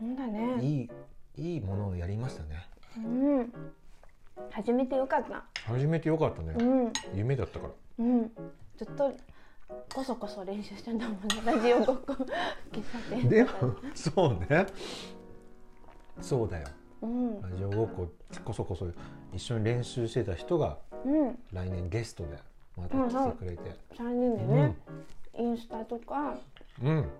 A: なんだね
B: いいいいものをやりましたね
A: うん始めてよかった
B: 初めてよかった
A: う
B: ね、
A: ん
B: 夢だったから
A: うんずっとこそこそ練習してんだ <laughs> もんねラジオごっこ喫茶店
B: で
A: と
B: も
A: か
B: そうねそうだよ
A: うん
B: ラジオごっここそこそ一緒に練習してた人が
A: うん
B: 来年ゲストでまた来てくれて
A: 3人でね、インスタとか
B: うん、うん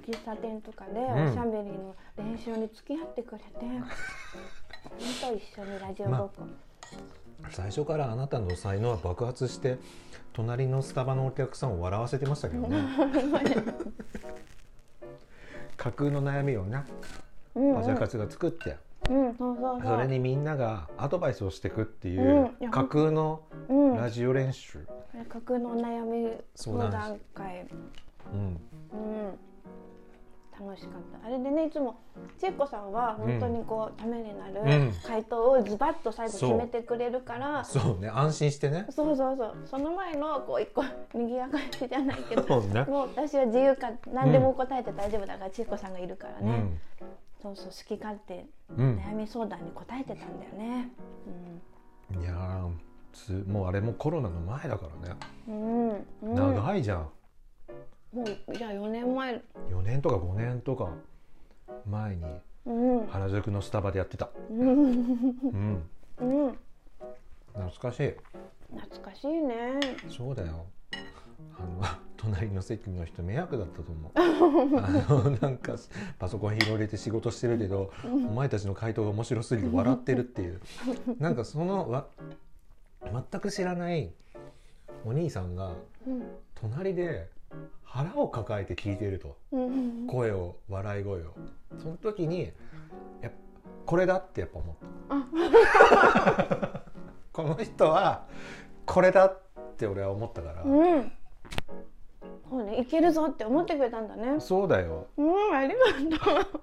A: 喫茶店とかで
B: ん
A: おしゃべりの練習に付き合ってくれて、本当一緒にラジオごっこ、
B: 最初からあなたの才能は爆発して隣のスタバのお客さんを笑わせてましたけどね架空の悩みをね
A: うんうん
B: マジャカツが作って
A: うんそうそうそう
B: それにみんながアドバイスをしていくってい
A: うん
B: う
A: いや
B: 架空の
A: うん
B: ラジオ練習、
A: 架空のお悩み
B: 相
A: 相
B: 談
A: 談会
B: うん、
A: うん楽しかったあれでねいつもちえこさんは本当にこう、ためにな
B: うん
A: る回答をズバッと最後決
B: そう
A: めてくれるから、
B: そうね安心してね
A: そうそうそうその前のこう一個賑やかしじゃない
B: <laughs>
A: けど
B: そうね
A: もう私は自由か何でも答えて大丈夫だから、ちえこさんがいるから
B: う
A: ね、
B: ん
A: そうそう好き勝手
B: うん
A: 悩み相談に答えてたんだよね
B: いやーつもうあれもコロナの前だからね、
A: うん、うんうん、
B: 長いじゃん
A: もうじゃあ4年前
B: 4年とか5年とか前に
A: うん
B: 原宿のスタバでやってたうん
A: うん
B: 懐かしい
A: 懐かしいね
B: そうだよあの <laughs> 隣の席の人迷惑だったと思うあのなんかパソコン広げて仕事してるけどお前たちの回答が面白すぎて笑ってるっていうなんかそのわ全く知らないお兄さんが
A: うん
B: 隣で腹を抱えて聞いてると
A: うん
B: 声を笑い声をその時にやっぱこれだってやっぱ思った <laughs> この人はこれだって俺は思ったから、
A: うんそうねいけるぞって思ってくれたんだね
B: そうだよ
A: うんありがと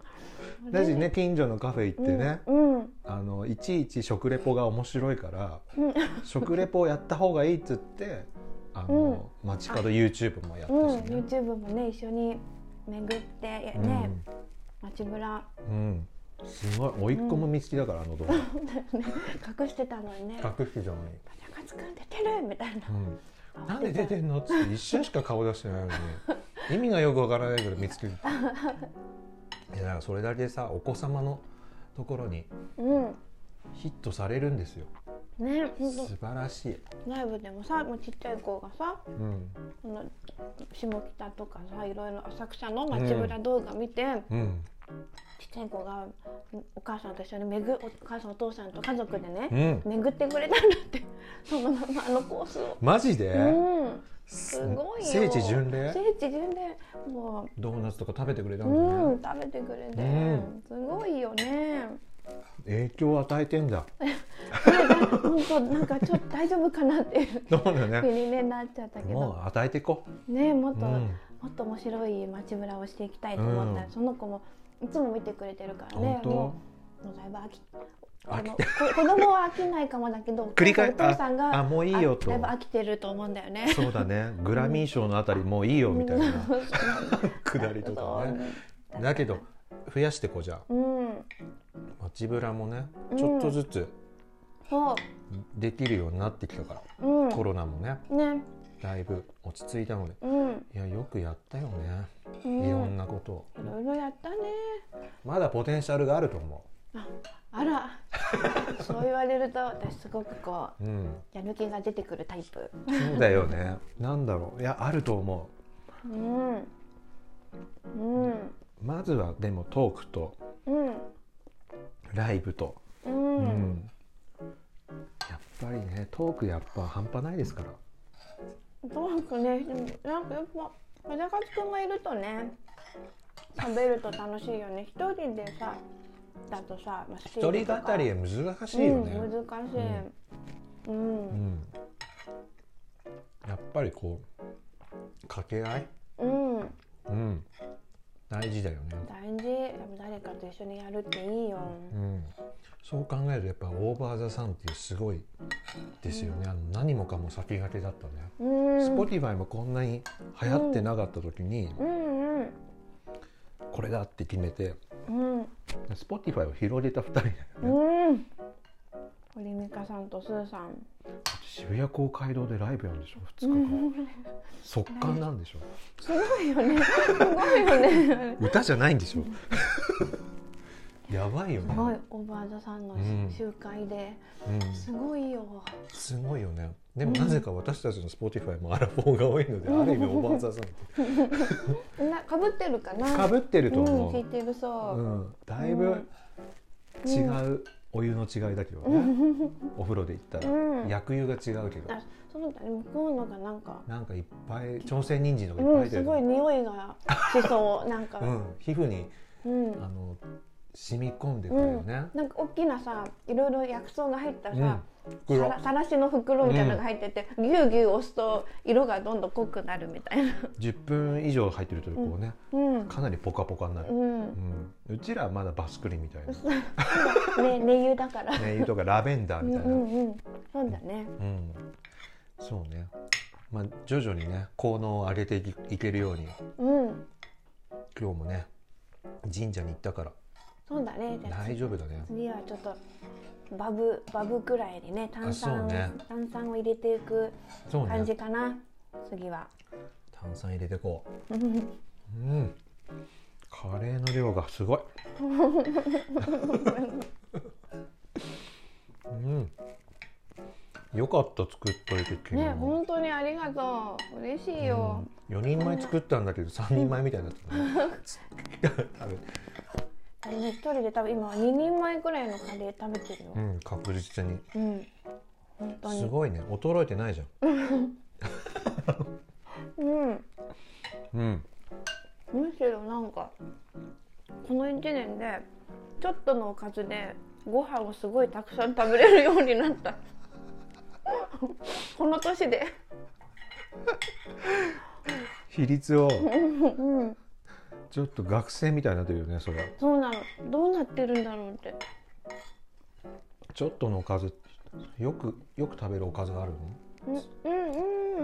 A: う
B: だしね近所のカフェ行ってね、
A: うんうん
B: あのいちいち食レポが面白
A: <laughs>
B: いから
A: うん
B: 食レポをやった方がいいっつってあの、街角 YouTube もやっ
A: うん
B: たしね、
A: YouTube もね一緒に巡ってね、街ぶら <laughs>
B: うん、うんすごい甥っ子も見つけだから、あの動画
A: 隠してたのにね「
B: 隠してたのに、
A: 高津くん出てる!」みたいな
B: うん、なんで出てんのっつって一瞬しか顔出してないのに意味がよくわからないけど見つけるいやだからそれだけさお子様のところに
A: うん
B: ヒットされるんですよ
A: ねほんと
B: 素晴らしい、
A: ライブでもさもうちっちゃい子がさ
B: うん
A: その下北とかさいろいろ浅草の街ぶら動画見て、
B: うん
A: ちっちゃい子がんお母さんと一緒に巡お母さんお父さんと家族でね、
B: うん、
A: 巡ってくれたんだって <laughs> そのままあのコースを。
B: マジで、
A: うん、
B: す
A: すごいよ
B: 聖地巡礼
A: 聖地巡礼も
B: ドーナツとか食べてくれた
A: う、
B: んだ
A: う
B: ね、
A: ん、食べてくれて、
B: うん
A: すごいよね
B: 影響を与えてんだ
A: 本当なんかちょっと大丈夫かなっていう
B: そうだ
A: ふう
B: ね
A: に、ね、なっちゃったけ
B: も
A: ど
B: う与えていこ
A: ねもっ
B: う、
A: と、
B: うん、
A: もっと面白い街ぶらをしていきたいと思ったら、
B: うん
A: その子もいつも見てくれてるからね
B: 本当
A: もうもうだいぶ飽きあ
B: 飽
A: の
B: き
A: こ子供は飽きないかもだけど
B: <laughs> 繰り返
A: お父さんが
B: ああもういいよと
A: あだいぶ飽きてると思うんだよね。
B: そうだねグラミー賞のあたりもういいよみたいなくだりとかね
A: そう
B: だけど増やしてこうじゃ
A: <laughs> うん
B: あ街ぶらもね
A: うん
B: ちょっとずつ
A: そ
B: できるようになってきたから、
A: ううん
B: コロナもね
A: ね
B: だいぶ落ち着いたので
A: うん
B: いやよくやったよね、
A: うん
B: いろんなことを
A: いろいろやったね
B: まだポテンシャルがあると思
A: あら <laughs> そう言われると私すごくこ
B: う、う
A: う
B: ん、
A: やる気が出てくるタイプ
B: そうだよねなんだろういやあると思
A: うんうん
B: うまずはでもトークと
A: うん
B: ライブと
A: う
B: うんんやっぱりねトークやっぱ半端ないですから
A: どうなんかねでもなんかやっぱ小高津くんがいるとね喋ると楽しいよね一人でさだとさ、まあ、一
B: 一人語りは難しいよね、
A: うん、難しい、うん
B: うん、やっぱりこう掛け合い、
A: うん
B: うん、大事だよね、
A: 大事でも誰かと一緒にやるっていいよ、
B: うん、そう考えるとやっぱ「オーバー・ザ・サン」っていうすごいですよね、あの何もかも先駆けだったね、
A: うん、
B: Spotify もこんなに流行ってなかった時に
A: うんうん
B: これだって決めて
A: うん
B: Spotify を広げた2人だよね、
A: うん堀美香さんとスーさん
B: 渋谷公会堂でライブやるんでしょ2日間、速乾なんでしょ
A: すごいよねすごいよね
B: 歌じゃないんでしょ <laughs> やばいよ
A: すごい
B: ね、
A: オーバーザさんの
B: うん
A: 集会で、
B: うん、
A: すごいよ
B: すごいよねでもなぜか私たちの Spotify もアラフォーが多いので、ある意味オーバーザさんって
A: なかぶってるかな
B: かぶってると
A: うん
B: 思、
A: 聞いうてるそうう、
B: んだいぶ違う、お湯の違いだけどね、お風呂で行ったら、
A: うん
B: 薬湯が違うけど
A: あそうだね向こうのがなんか
B: なんかいっぱい朝鮮人参とかいっ
A: う
B: ぱい入
A: ん
B: って
A: す
B: る、
A: ごい匂いがしそうなんか
B: <laughs> うん皮膚に
A: うん、
B: あの染み込んでくるよね、
A: なんか大きなさいろいろ薬草が入ったさ、
B: うん
A: さらさらしの袋みたいなのが入ってて、ぎゅうぎゅう押すと色がどんどん濃くなるみたいな。
B: 10分以上入ってるとこうね、
A: うん
B: かなりポカポカにな
A: う
B: る、
A: ん
B: うんうちらはまだバスクリンみたいな、
A: ね、
B: ね、
A: 寝湯だから。
B: 油とかラベンダ
A: う
B: ー
A: ん
B: み
A: う
B: たいな、
A: んうん、そうだね。
B: うん、そうね、まあ、徐々にね効能を上げていきいけるように
A: うん、
B: 今日もね神社に行ったから
A: そうだね。じゃあ
B: 大丈夫だね
A: 次はちょっとバブバブくらいでね、炭
B: あそ
A: 酸
B: う
A: を、
B: ね
A: 炭酸を入れていく
B: そう
A: 感じ
B: ね
A: かな。次は。
B: 炭酸入れてこ
A: うん
B: ううんカレーの量がすごいうんよかった作っといて昨日
A: ね、本当にありがとう。嬉しいよ。
B: 4人前作ったんだけど3人前みたいになってたね食べ
A: あのね一人で多分今二人前くらいのカレー食べてるよ
B: う。ん確実に
A: うん、本当
B: す
A: に。
B: ごいね衰えてないじゃん
A: うん、
B: うん
A: むしろなんか。この一年で。ちょっとのおかずで。ご飯をすごいたくさん食べれるようになった。この年で。
B: 比率を
A: うん、
B: ちょっと学生みたいになってるよねそれ
A: そうなの。どうなってるんだろうって。
B: ちょっとのおかずよくよく食べるおかずがあるの
A: うん、うん、うん、
B: う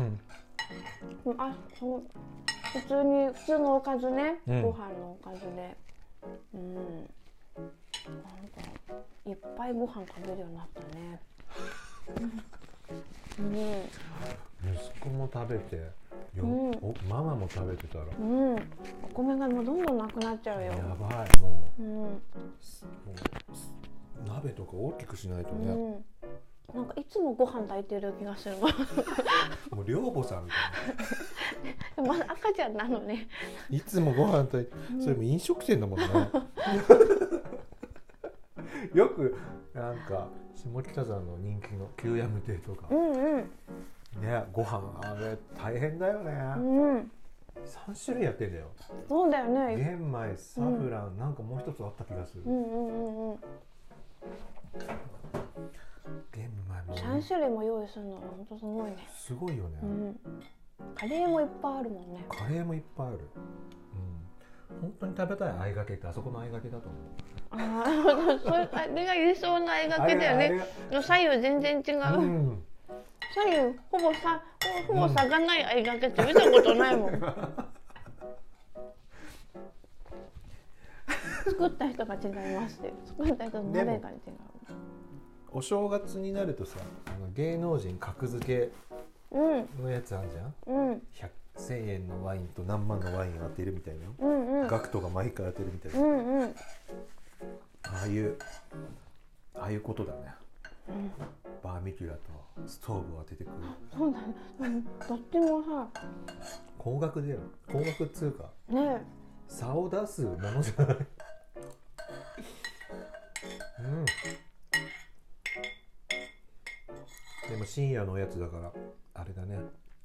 B: ん
A: うん。あ、そう。普通に、普通のおかずね。
B: うん
A: ご飯のおかずで。うん。なんか。いっぱいご飯食べるようになったね。うん。うん
B: 息子も食べてよ、
A: うん
B: おママも食べてたら
A: うん、お米がもうどんどんなくなっちゃうよ。
B: やばいも
A: うん、
B: うもう鍋とか大きくしないと
A: う
B: ね、
A: ん。なんかいつもご飯炊いてる気がするわ。 <laughs>
B: もう寮母さんみたい
A: まだ赤ちゃんなのね。
B: ないつもご飯とそれも飲食店だもんね <laughs> よくなんか下北沢の人気の旧ヤム亭とか
A: うんうん
B: ねご飯あれ大変だよね、
A: うん。
B: 三種類やってんだよ
A: そうだよね。
B: 玄米サフラン、なんかもう一つあった気がする、
A: うんうんうんうん。
B: 玄米も
A: 三種類も用意するのは本当すごいね。
B: すごいよね、
A: うん。カレーもいっぱいあるもんね。
B: カレーもいっぱいある、うん、本当に食べたいあいがけってあそこのあいがけだと思う
A: ああ、それあれが理想のあいがけだよ
B: あれ
A: ね。
B: が
A: の左右全然違
B: あれがう
A: う。
B: ん、
A: 左右ほぼさ、ほぼ差がないあいがけって見たことない <laughs> もん。作った人が違いますって。作った人の鍋が違う。
B: お正月になるとさあの芸能人格付け
A: うん
B: のやつあるじゃん
A: うん
B: 100 1000円のワインと何万のワイン当てるみたいな
A: うんうん
B: 額とか毎回当てるみたいな
A: うんうん。
B: ああいうああいうことだね、バーミキュラとストーブを当ててくる
A: そうだね。うんどっちもさ、
B: 高額だよ高額っつうか
A: ね
B: 差を出すものじゃないうんでも深夜のおやつだからあれだね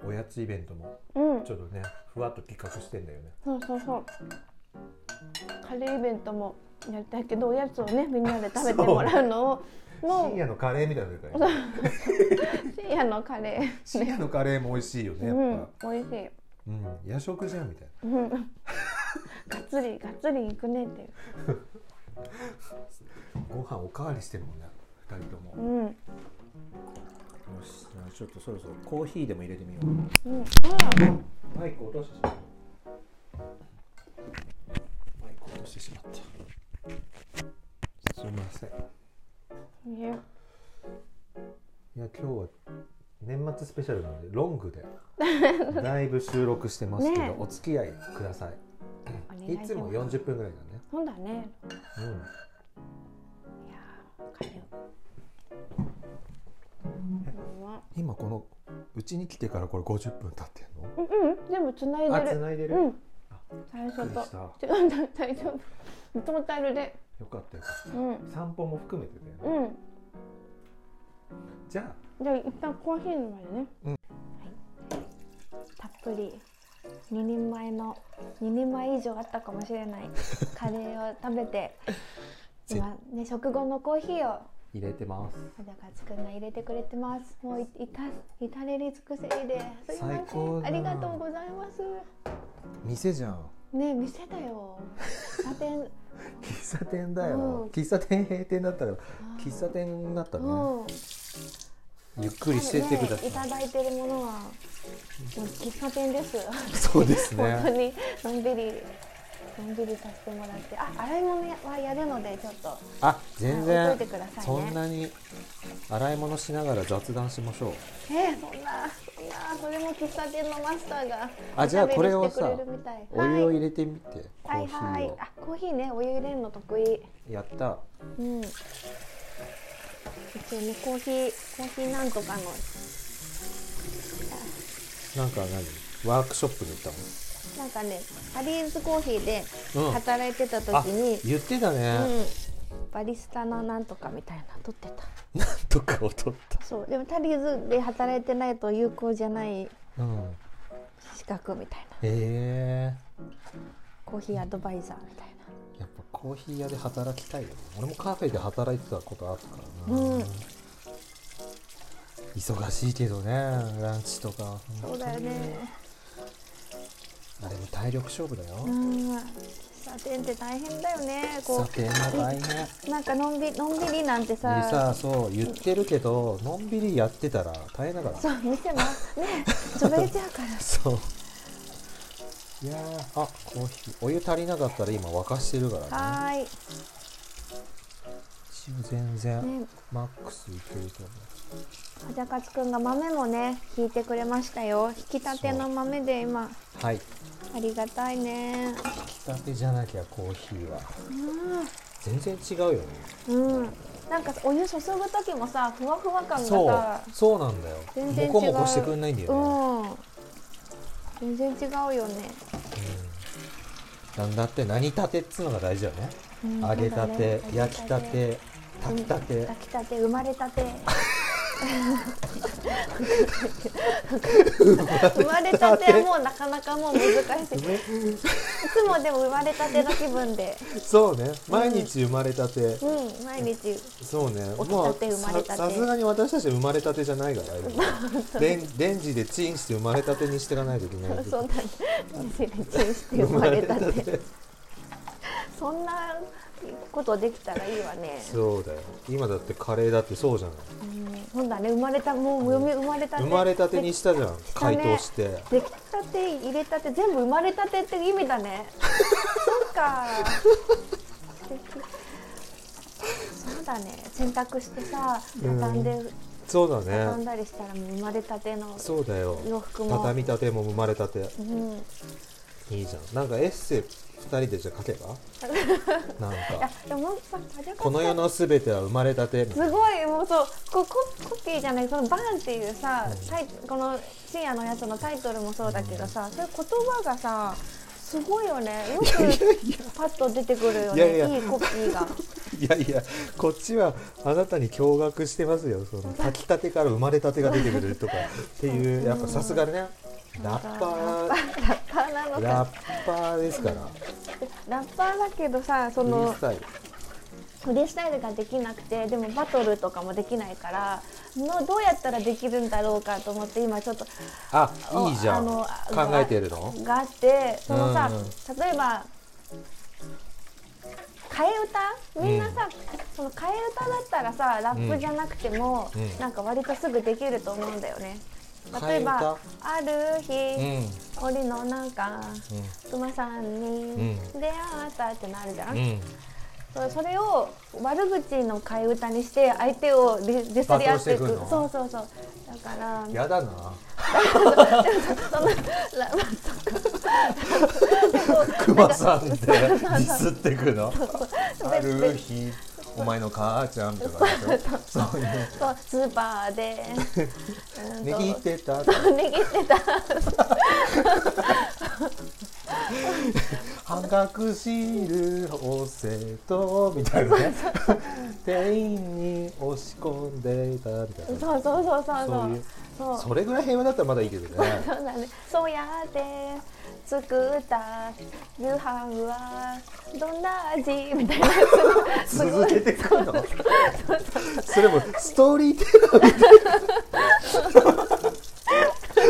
B: おやつイベントも
A: え、うん。
B: ちょっとねふわっと企画してんだよね
A: そうそうそう。カレーイベントもやりたいけどおやつをねみんなで食べてもらうのをも
B: 深
A: う
B: 夜のカレーみたいなの出てくるから
A: 深夜のカレー
B: 深夜のカレーも美味しいよねやっぱ、
A: うん、美味しい、
B: うん夜食じゃんみたい
A: うん、がっつりがっつりいくねっていう、
B: なご飯おかわりしてるもんね二人とも、
A: う
B: よ
A: んうん、
B: しじゃあちょっとそろそろコーヒーでも入れてみよう、
A: うん
B: マイク落としてしまったマイク落としてしまったすみません
A: いや
B: いや今日は年末スペシャルなのでロング
A: <laughs>
B: でだいぶ収録してますけど、
A: ねえ
B: お付き合いくださ
A: お願
B: いい
A: いし
B: つも
A: ます
B: 40分ぐらい
A: そうだね
B: だね、
A: いやーカレーうま
B: うん、今このうちに来てからこれ50分経ってんの
A: いうんうん全部つない
B: あ
A: でる
B: 繋いでる、
A: う
B: よ
A: ん最初
B: びっくりした
A: と違うんだ <laughs> 大丈夫トータルで
B: かったよかっ
A: うん
B: た散歩も含めてだよね、
A: うん
B: じゃ
A: じゃあ一旦コーヒーのまでね、
B: うん
A: はい、たっぷり2人前の2人前以上あったかもしれ
B: <laughs>
A: ないカレーを食べて
B: ぜ
A: 今ね食後のコーヒーを
B: あ入れてます
A: 小高津くんが入れてくれてますもういいた至れり尽くせりですいま
B: 最
A: せ
B: 高
A: ん
B: だ
A: ありがとうございます
B: 店じゃん
A: ね店だよ喫茶店
B: 喫茶店だよ、
A: うん
B: 喫茶店閉店だったら
A: あー
B: 喫茶店になったね、
A: うん
B: ゆっくりしてってください、
A: ねいただいてるものはもう喫茶店です
B: そうです
A: 本当
B: ね
A: にのんびりのんびりさせてもらってあ洗い物はやるのでちょっと
B: あ全然、
A: はい置いといてくださいね
B: そんなに洗い物しながら雑談しましょう
A: えーそんなそんなそれも喫茶店のマスターが
B: あじゃあこれを
A: お
B: さ
A: しゃべりしてくれるみたい
B: お湯を入れてみて、
A: はいはい
B: コーヒー
A: はい
B: を
A: あコーヒーねお湯入れるの得意
B: やった
A: うん一応ねコーヒーコーヒーなんとかの
B: なんか何ワークショップに行っ
A: なんかねパリーズコーヒーで
B: たのうん
A: 働いてた時
B: あ
A: に、
B: 言ってたね、
A: うんバリスタのなんとかみたいなの撮ってた
B: なんとかを取った
A: そうでもタリーズで働いてないと有効じゃない
B: うん
A: 資格みたいな
B: え
A: コーヒーアドバイザーみたい
B: ー、やっぱコーヒー屋で働きたいよね俺もカフェで働いてたことあったからな、
A: うん
B: 忙しいけどねランチとか
A: なそうだよね
B: あれも体力勝負だよ、
A: うん喫茶店って大変だよねこ
B: さても大変
A: うなんかのんびのんびりなんてさ
B: でさそう言ってるけどのんびりやってたら大変だから
A: そう店もね潰れちゃうから
B: <laughs> そういやーあコーヒーお湯足りなかったら今沸かしてるからね
A: はーい
B: 一応全然、
A: ね
B: マックスいけると思
A: 小じゃかつくんが豆もね引いてくれましたよ引きたての豆で今
B: うはい
A: ありがたいね
B: きたてじゃなきゃコーヒーは全然違うよね
A: うんなんかお湯注ぐ時もさふわふわ感が
B: そう
A: さ
B: そうなんだよ
A: 全然違う
B: モコモコしてくんないんだよね、
A: うん全然違うよね、
B: うんなんだって何たてっつうのが大事よね
A: うん
B: 揚げた
A: そうだね
B: て、焼きたて炊きたて、
A: 炊きたて生まれたて生まれたてはもうなかなかもう難しいいつもでも生まれたての気分で、
B: そうね毎日生まれたて、
A: うん、毎日
B: そうね、
A: 起き
B: も
A: た
B: う
A: て生まれたて
B: ささすがに私たち生まれたてじゃないからあれだけ
A: <laughs>
B: どレンレンジでチンして生まれたてにしていかないといけないけど
A: そんな店でチンして生まれたてそんなことできたらいいわね、
B: そうだよ今だってカレーだってそうじゃない
A: うん、ほんだね生まれたもう生まれたて
B: 生まれたてにしたじゃん解凍して、
A: 出来たて入れたて全部生まれたてって意味だ
B: <laughs>
A: ねそっか素敵そうだね洗濯してさ
B: うん
A: 畳んで、
B: そうだ
A: 畳ん
B: ね
A: だりしたらもう生まれたての
B: そうだよ
A: 洋服も
B: 畳みたても生まれたて
A: うん、い
B: いいじゃんなんかエッセイ2人でじゃあ
A: <laughs>
B: 書けばなん
A: や
B: か
A: でもさ田中
B: この世のすべては生まれたてみたい
A: す
B: な
A: ごいもうそうこココピーじゃないそのバーンっていうさ、タイこの深夜のやつのタイトルもそうだけどさ、そういう言葉がさすごいよねよくパッと出てくるよね
B: いやいや
A: いいコピー
B: <laughs>
A: が。
B: いやいやこっちはあなたに驚愕してますよその炊きたてから生まれたてが出てくるとかっていうやっぱさすがねラッパー
A: ラッパーなのか
B: ラッパーですから
A: ラッパーだけどさそ
B: フリー
A: の
B: スタイル
A: フリースタイルができなくてでもバトルとかもできないからのどうやったらできるんだろうかと思って今ちょっと
B: あいいじゃん
A: あ
B: 考
A: の
B: えてるの
A: があってそのさ、
B: う
A: 例えば替え歌みんなさ、その替え歌だったらさラップじゃなくても、
B: うんうん
A: なんか割とすぐできると思うんだよね。
B: 替
A: 例え
B: え歌
A: ば「ある
B: うん
A: 日、檻の中熊さんに
B: う
A: 出会った」ってなるじゃん。
B: うんうん
A: そうそれを悪口の替え歌にして相手をディディスり合っていく
B: 罵倒していくの
A: そうそうそうだから
B: やだな
A: その <laughs> ラ
B: 熊さんでディスってくの
A: そう
B: ある日お前の母ちゃんとかでしょそういう
A: そうスーパー
B: <laughs>
A: でうんと
B: 握ってた
A: 握ってた
B: 半額シールをせとみたいな
A: <laughs>
B: ね店員に押し込んでいたみたいな
A: そうそうそうそう
B: そ
A: そう
B: いうう
A: そう
B: それぐらい平和だったらまだいいけど
A: <laughs>
B: ね
A: そうだねそうやって作った夕飯はどんな味みたいな
B: 続けてくのそれもストーリーテラーみたい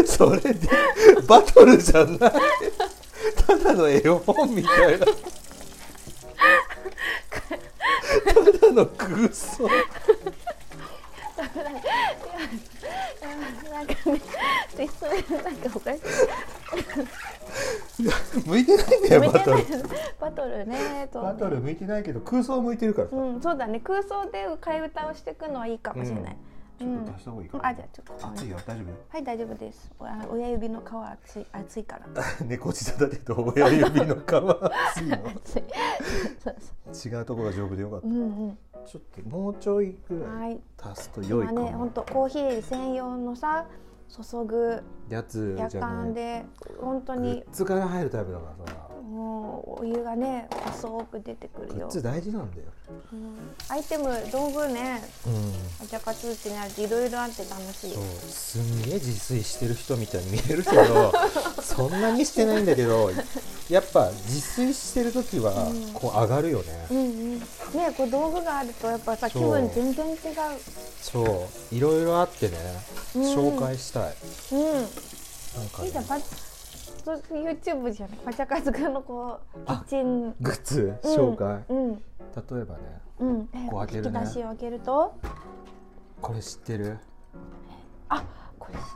B: なそれでバトルじゃないただの絵本みた
A: <laughs>
B: いなただの空想
A: なんかね <laughs> でそれなんかおかしい
B: 向いてないんだよ
A: 向い
B: バ
A: て
B: ト
A: な
B: ル
A: い <laughs> バトルねと
B: バトル向いてないけど空想向いてるから
A: うんそうだね空想で替え歌をしていくのはいいかもしれない、
B: ちょっと足した方がいいかな
A: あじゃあちょっと
B: 熱いよ <laughs> 大丈
A: はい大丈夫ですあ親指の皮熱い熱いから
B: <laughs> 夫猫舌だけど親指の皮熱い
A: 熱いそうそ
B: <laughs> の違うところが丈夫でよかっ
A: ううんうん
B: たちょっともうちょいぐら
A: はいい
B: 足すと良い
A: 今
B: か
A: ね
B: も
A: 本当コーヒー専用のさ注ぐ
B: やつ
A: や
B: じゃな
A: かん
B: い
A: で本当
B: グ
A: に
B: ッズから入るタイプだからさ
A: もうお湯がね細く出てく
B: グ
A: る
B: ッ
A: よ、
B: ズ大事なんだよ
A: うんアイテム道具ね
B: うん
A: あちゃかつってなるといろいろあって楽しい
B: そうすんげえ自炊してる人みたいに見えるけ
A: <laughs>
B: どそんなにしてないんだけどやっぱ自炊してる時はこう上がるよね、
A: うんうんねこう道具があるとやっぱさ気
B: そう
A: 分全然違う
B: そういろいろあってね
A: うん
B: 紹介したい、
A: う
B: なんか
A: んいいじゃん
B: ね
A: パそう YouTube じゃないパチャカズくんのこうキ
B: あ
A: ッチン
B: グッズ
A: うん
B: 紹介、
A: うん
B: 例えばね
A: うん
B: こう開けるね
A: 引き出しを開けると
B: これ知ってる
A: あこれ知って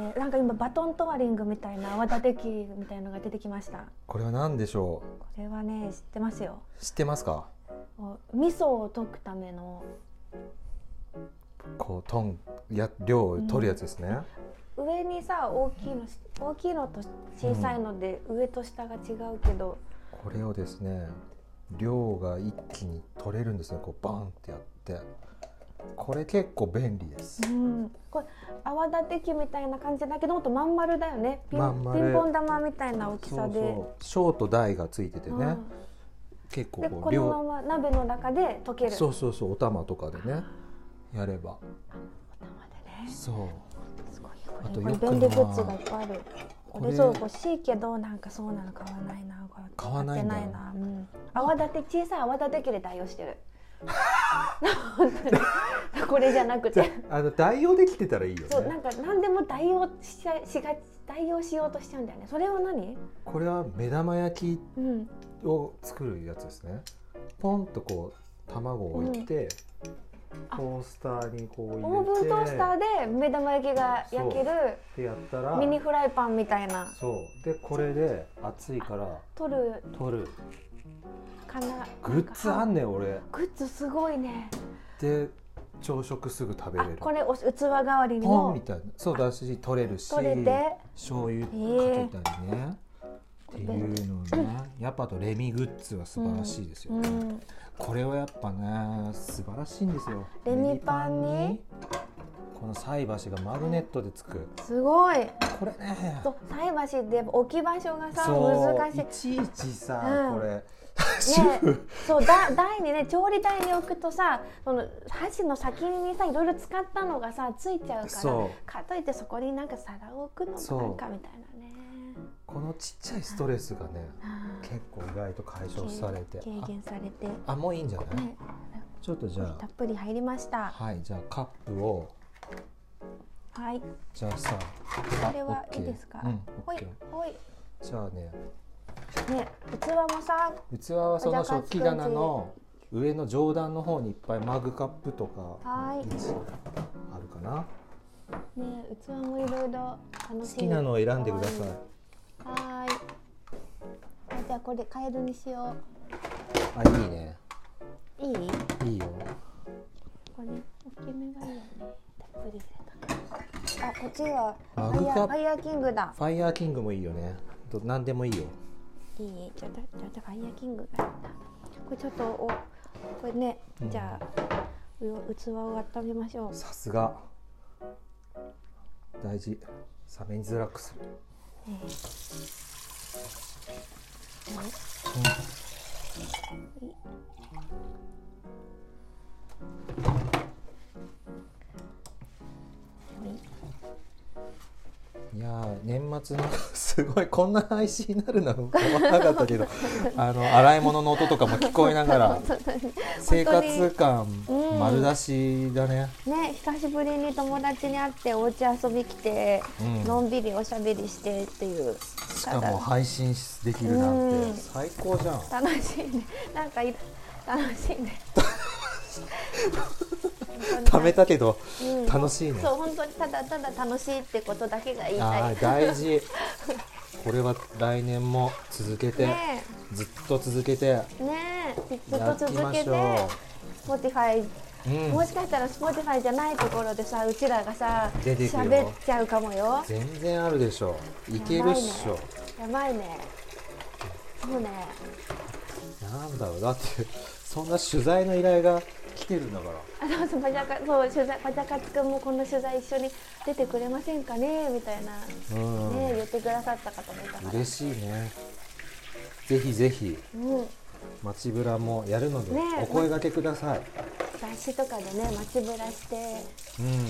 A: るよこれなんか今バトントワリングみたいな泡立て器みたいのが出てきました
B: これは何でしょ
A: これはね知ってますよ
B: う知ってますか
A: お味噌を溶くための
B: こうトンや量を取るやつですね、
A: 上にさ大きいのし大きいのと小さいので上と下が違うけど、
B: これをですね量が一気に取れるんですねこうバーンってやってこれ結構便利です
A: う、ん、これ泡立て器みたいな感じだけどもっとまん丸だよねピン
B: まん丸
A: ピンポン玉みたいな大き
B: そ
A: さ
B: う
A: で
B: そう小と大がついててね、
A: うん
B: 結構
A: で
B: こ
A: こ
B: う量
A: のまま鍋の中で溶ける
B: そうそうそうお玉とかでねやれば
A: 生でね
B: そう
A: すごい
B: あ
A: ことれ
B: よく
A: これ便利グッズがいっぱいある
B: こ
A: こ
B: れ
A: れそう欲しいけどなんかそうなの買わないなこれ
B: 買わないんだ
A: 買ってな、うん、泡立て小さい泡立て器で代用してる <laughs> これじゃなく
B: じゃ
A: て
B: ああの代用できてたらいいよ
A: そうな
B: ね
A: んか何でも代用しちゃしがち代用しようとしちゃうんだよねそれは何
B: これは目玉焼
A: うん
B: きを作るやつですねポンとこう卵を置いて、
A: あ
B: トースターにこう
A: オー
B: 入れ
A: ブ
B: て
A: ントースターで目玉焼きが焼ける
B: でやったら
A: ミニフライパンみたいな
B: そうでこれで熱いから
A: 取る
B: 取る
A: かな
B: グッズあんねん俺
A: グッズすごいね
B: で朝食すぐ食べ
A: あ
B: れる
A: これお器代わりに
B: ポンみ
A: も
B: たいなそうだし取れるし
A: 取れて
B: 醤油かけたりね、っていうのねやっぱあとレミグッズは素晴らしいですよ
A: う
B: ね、
A: ん、
B: これはやっぱね素晴らしいんですよ
A: レミパンに
B: この菜箸がマグネットでつく
A: すごい
B: これね
A: そう菜箸って置き場所がさ
B: そう
A: 難しい
B: いちいちさ、
A: うん
B: こ <laughs> れ主婦
A: そうだ台にね調理台に置くとさその箸の先にさいろいろ使ったのがさついちゃうから
B: そう
A: かといってそこになんか皿を置くのもなんかみたいなね
B: このちっちゃいストレスがね結構意外と解消されて
A: 軽減されて、
B: ああもういいんじゃない、
A: ね、
B: ちょっとじゃ
A: たっぷり入りまし
B: あ
A: た。
B: はいじゃあカップを
A: はい、
B: じゃあさ
A: こ
B: こ
A: れはいいですか。
B: うん、
A: ほい
B: OK
A: ほい。
B: じゃあね
A: ね、器もさ、
B: 器はその食器棚の上の上段の方にいっぱいマグカップとか
A: はい
B: 位置あるかな、
A: ね、器もいろいろ楽しい。
B: 好きなのを選んでください
A: 可愛い。はーい。あじゃあこれカエルにしよ
B: あいいね
A: う。いい？
B: いいよ
A: これ大きめがいいよね。たっぷり入れた。あ、こっちはフ
B: マ
A: ァ
B: グ
A: イヤ
B: カッ
A: ー
B: プ
A: ファイヤーキングだ。
B: ファイヤーキングもいいよねど何でもいいよ
A: いいじゃあだじゃあじゃあファイヤーキングがいいなこれちょっとおこれね
B: うん
A: じゃあ、う器を温めましょう
B: さすが大事冷めづらくする
A: ええはいはい
B: いやー年末の <laughs> すごいこんな配信にな
A: <laughs>
B: るの思わなかったけどあの洗い物の音とかも聞こえな
A: <laughs>
B: がら
A: そうだね
B: 生活感
A: うん
B: 丸出しだね、
A: ね久しぶりに友達に会ってお家遊び来て、
B: うん
A: のんびりおしゃべりしてっていう
B: しかも配信できるなん
A: う
B: て
A: ん
B: 最高じゃん
A: 楽しいねなんかい楽しい
B: <laughs>
A: ね
B: 食べたけど
A: うん
B: 楽しいね
A: そう本当にただただ楽しいってことだけが言いた
B: あ
A: い
B: ー大事これは来年も続けて
A: ね
B: ずっと続けてや
A: えねえずっと
B: っていき
A: 続
B: ま
A: け
B: してょ
A: Spotify
B: う、うん、
A: もしかしたら Spotify じゃないところでさうちらがさ
B: 出てくよ
A: 喋っちゃうかもよ
B: 全然あるでしょいけるっしょ、
A: やばいねそうね
B: なんだろうだってそんな取材の依頼が来てるんだから
A: あのそうパジャカそう取材パジャカツくんもこんな取材一緒に出てくれませんかねみたいな、ね
B: うん、
A: え言ってくださった方もいたから
B: 嬉しいねぜひぜひ
A: うん
B: 街ぶらもやるので
A: ねえ
B: お声がけください、
A: 雑誌とかでね街ぶらして
B: うん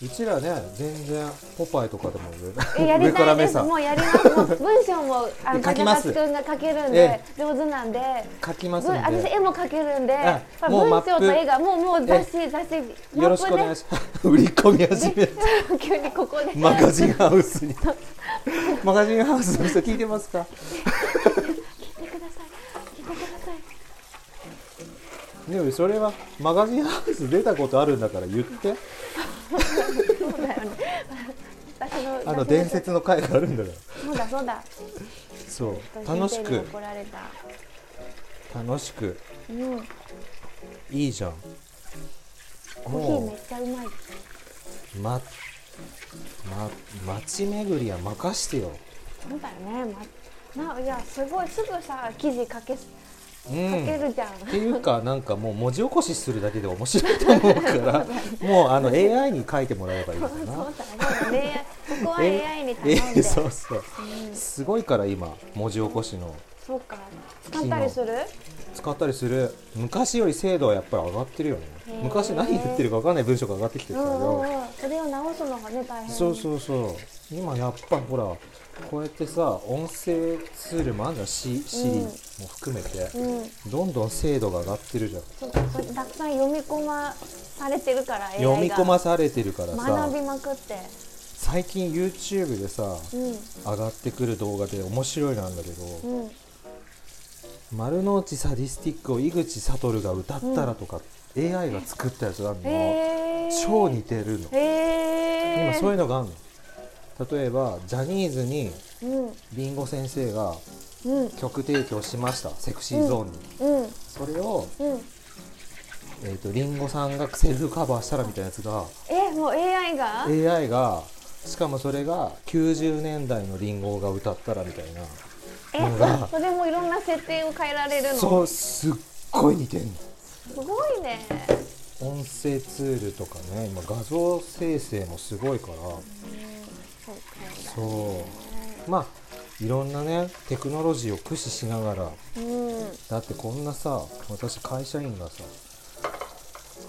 B: うちらね全然ポパイとかでも
A: え
B: 上
A: やり
B: 上か
A: た
B: ら
A: い
B: 目
A: です
B: 線
A: もうやりますもう文章もあのパ
B: 書きます
A: ジャカツくんが書けるんで
B: え
A: 上手なんで
B: 書きます
A: 文
B: ん
A: 私
B: で
A: 絵も描けるんで
B: あ
A: まあ
B: もう
A: 文
B: マッ
A: 章
B: プ
A: と絵がもうもう雑誌雑誌
B: よろしくお願いします <laughs> 売り込み始めた
A: マップで <laughs> 急にここで
B: マガジンハウスにマガジンハウスの人聞いてます
A: 聞
B: か
A: いてください聞いてください
B: でもそれはマガジンハウス出たことあるんだから言って
A: そうだよね私の
B: あ
A: 私
B: の伝説の回があるんだから
A: そうだそうだ
B: そう楽し
A: 先生に
B: く
A: 怒られた
B: 楽しく
A: うん
B: いいじゃん
A: コーヒーめっ
B: も
A: ちゃうまいう
B: まま街巡りは任してよ
A: そうだよねまないやすごいすぐさ記事書けす
B: う
A: 書け
B: ん
A: るじゃん、
B: っていうかなんかもう文字起こしするだけで面白いと思うからもうあの AI に書いてもらえばいいか
A: そうだ
B: な
A: よね恋愛ここは
B: え
A: AI に頼んで、
B: えそうそう
A: うん
B: すごいから今文字起こしの
A: そうか使ったりする
B: 使ったりする昔より精度はやっぱり上がってるよね
A: へー
B: 昔何言ってるか分かんない文章が上がってきて
A: う
B: るけ
A: ん
B: ど、
A: うんうんそれを直すのがね大変
B: そうそうそう今やっぱほらこうやってさ音声ツールもあるじゃん Siri
A: うん
B: も含めて、
A: うん
B: どんどん精度が上がってるじゃん
A: そうかそうたくさん読み込まされてるから AI が
B: 読み込まされてるからさ
A: 学びまくって
B: 最近 YouTube でさ
A: う
B: 上がってくる動画で面白いなんだけど、
A: んうん
B: 丸の内サディスティックを井口悟が歌ったらとか、AI が作ったやつがあるの、
A: へえ
B: 超似てるの、
A: へえ
B: 今そういううのがあるの例えばジャニーズに
A: うん
B: りんご先生が
A: うん
B: 曲提供しましたセクシーゾーンに、
A: うん
B: それを、
A: うん
B: えー、とりんごさんがセルフカバーしたらみたいなやつが
A: えもう AI が
B: AI がしかもそれが90年代のりんごが歌ったらみたいな
A: え
B: のが
A: それもいろんな設定を変えられるの
B: そうすっごい似てんの
A: すごいね
B: 音声ツールとかね今画像生成もすごいから
A: そうか
B: そうまあいろんなねテクノロジーを駆使しながら
A: うん
B: だってこんなさ私会社員がさ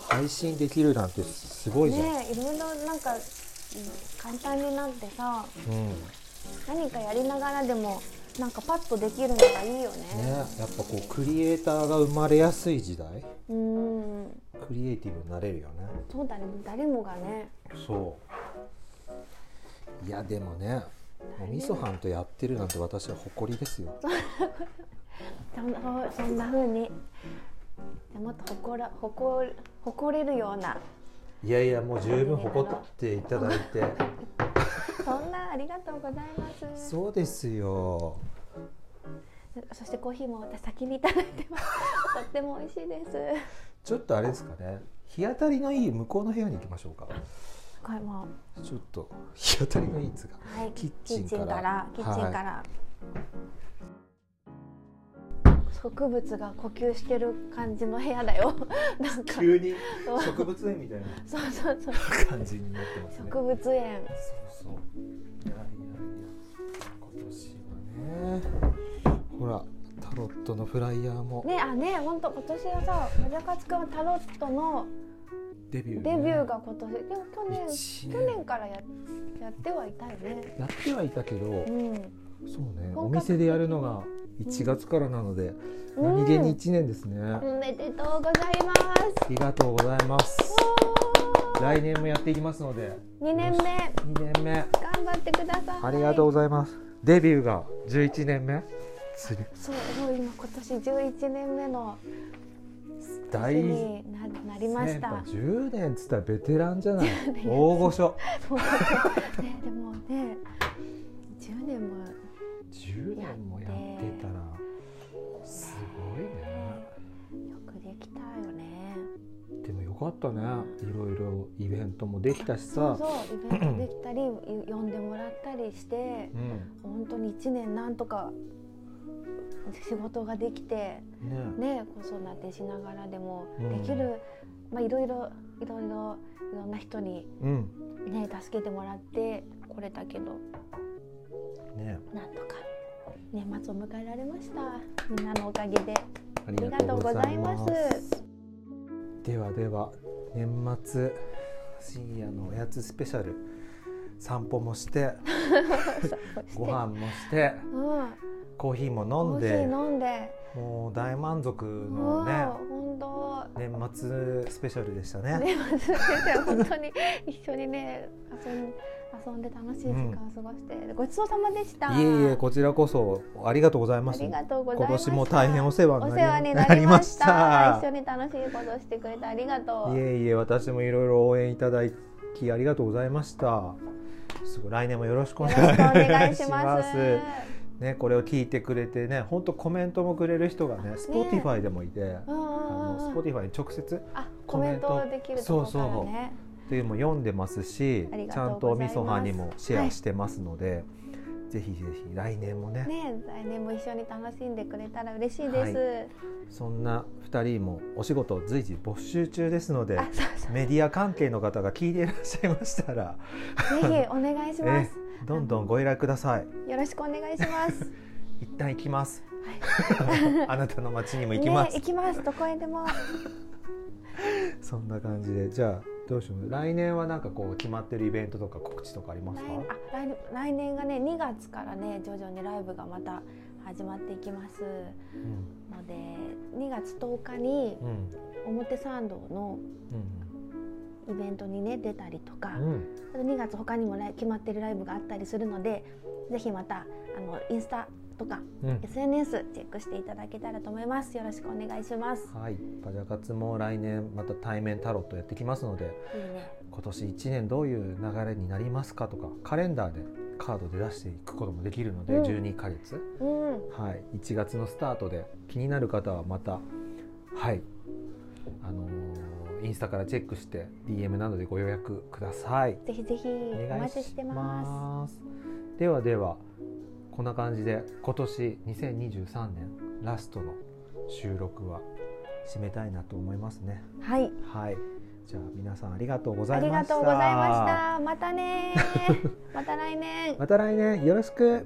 B: 配信できるなんてすごいじゃん、
A: ねえいろいろなんか簡単になってさ
B: うん
A: 何かやりながらでもなんかパッとできるのがいいよね
B: ねやっぱこうクリエイターが生まれやすい時代
A: うん
B: クリエイティブになれるよね
A: そうだね誰もがね
B: そういやでもねおみそはんとやってるなんて私は誇りですよ
A: そんなそんな風にもっと誇ら誇る誇れるようない
B: やいやもう十分誇っていただいて
A: そんなありがとうございます
B: そうですよ
A: そしてコーヒーも私先にいただいてますとっても美味しいです
B: ちょっとあれですかね日当たりのいい向こうの部屋に行きましょうか
A: これも
B: ちょっと日当たりのいいつが
A: はい
B: キ
A: キ
B: ッ
A: ッ
B: チ
A: チ
B: ン
A: ン
B: か
A: かららキッチンから、植物が呼吸してる感じの部屋だよ <laughs> なんか
B: 急に植物園みたい
A: そうそうそう
B: な感じになってますね
A: 植物園
B: そうそういやいやいや今年はねほらタロットのフライヤーも
A: ねあね本当今年はさ村勝くんはタロットの
B: デビュー、
A: デ
B: ね、
A: ビューが今年、でも去年
B: 一
A: 去年からややってはいたよね
B: やってはいたけど
A: うん
B: そうね
A: 本格的
B: お店でやるのが1月からなので、何気に1年ですね、
A: うんおめでとうございます
B: ありがとうございます来年もやっていきますので
A: 2年目
B: 2年目
A: 頑張ってください
B: ありがとうございますデビューが11年目すり
A: そうもう今今年11年目の
B: 大
A: 年にななりまし
B: や
A: た
B: っぱ10年っつったらベテランじゃない大御所
A: そうだ <laughs> ねねでもね10年も
B: 10年もやってたらすごいね
A: よくできたよね
B: でもよかったねいろいろイベントもできたし
A: そ
B: さ
A: うそうイベントできたりい呼んでもらったりして
B: うん
A: 本当に1年なんとか仕事ができて
B: ね
A: ね子育てしながらでも
B: うん
A: できる、まあいろいろいろいろいろんな人に
B: うん
A: ね助けてもらってこれたけど
B: ね
A: なんとか年末を迎えられましたみんなのおかげで
B: あ
A: ありがとうございます
B: ではでは年末深夜のおやつスペシャル散歩もして
A: <laughs>
B: ご飯もして
A: うん
B: コーヒーも
A: コ
B: 飲ん
A: ーヒ
B: で
A: ー飲んで
B: もう大満足
A: う
B: の
A: ん
B: ね
A: 本
B: 年末スペシャルでした
A: 当
B: ね。
A: 年末先生本当に一緒にね <laughs> 遊ん遊んで楽しい時間を過ごして、ごちそうさまでした
B: いえいえこちらこそありがとうございま
A: あ
B: す。
A: りが
B: 今
A: とうございました
B: 年も大変お世話
A: お
B: に
A: 世話
B: な
A: に
B: り
A: なりました
B: なりました
A: 一緒に楽しいことしてくれてありがとう
B: いえいえ私もいろいろ応援いただきありがとうございました。すごい来年もよろしくお
A: よろし
B: 願
A: くお願
B: い
A: い
B: し
A: し
B: ま。
A: ますす
B: ねこれを聞いてくれてね本当コメントもくれる人がね Spotify でもいて、
A: うんう
B: あ
A: ん
B: の
A: うんうん
B: Spotify に直接
A: あコ
B: コメ
A: メ
B: ン
A: ン
B: ト
A: トできるところからね
B: というのも読んでますし
A: ありが
B: ちゃん
A: と
B: と
A: う
B: お
A: ございま
B: み
A: す
B: そはにもシェアしてますので、ぜひぜひ来年もね
A: ね来年も一緒に楽しんでくれたら嬉しい
B: は
A: で
B: い
A: す、
B: そんな2人もお仕事を随時募集中ですので
A: あそうそ
B: メディア関係の方が聞いていらっしゃいましたら
A: うぜひお願いします
B: えどんどんご依頼ください
A: よろしくお願いします
B: 一旦行きます、 <laughs> あなたの町 <laughs> にも行きます、
A: ね行きますどこへでも
B: そんな感じでじゃあどうしよう来年はなんかこう決まってるイベントとか告知とかありま
A: 来
B: すか
A: 年あ来年来年がね2月からね徐々にライブがまた始まっていきます
B: うん
A: ので2月10日に
B: うん
A: 表参道のイベントにね出たりとか、
B: うんうん
A: あと2月他にもライ決まってるライブがあったりするのでぜひまたあのインスタとか
B: うん
A: SNS チェックしていただけたらと思いますよろしくお願いします
B: はい、パジャカツも来年また対面タロットやってきますので
A: いいね
B: 今年1年どういう流れになりますかとかカレンダーでカードで出していくこともできるので、
A: うん
B: 12ヶ月、
A: うん
B: はい、1月のスタートで気になる方はまたはいあのーインスタからチェックして DM などでご予約ください。
A: ぜひぜひ
B: お
A: お
B: 願い
A: 待ちしてます
B: ではではこんな感じで今年2023年ラストの収録は締めたいなと思いますね
A: すはい
B: はいじゃあ皆さんありがとうござ
A: あ
B: い
A: り
B: ま
A: が
B: した <laughs>
A: とうございましたまたねーまた来年
B: また来年よろしく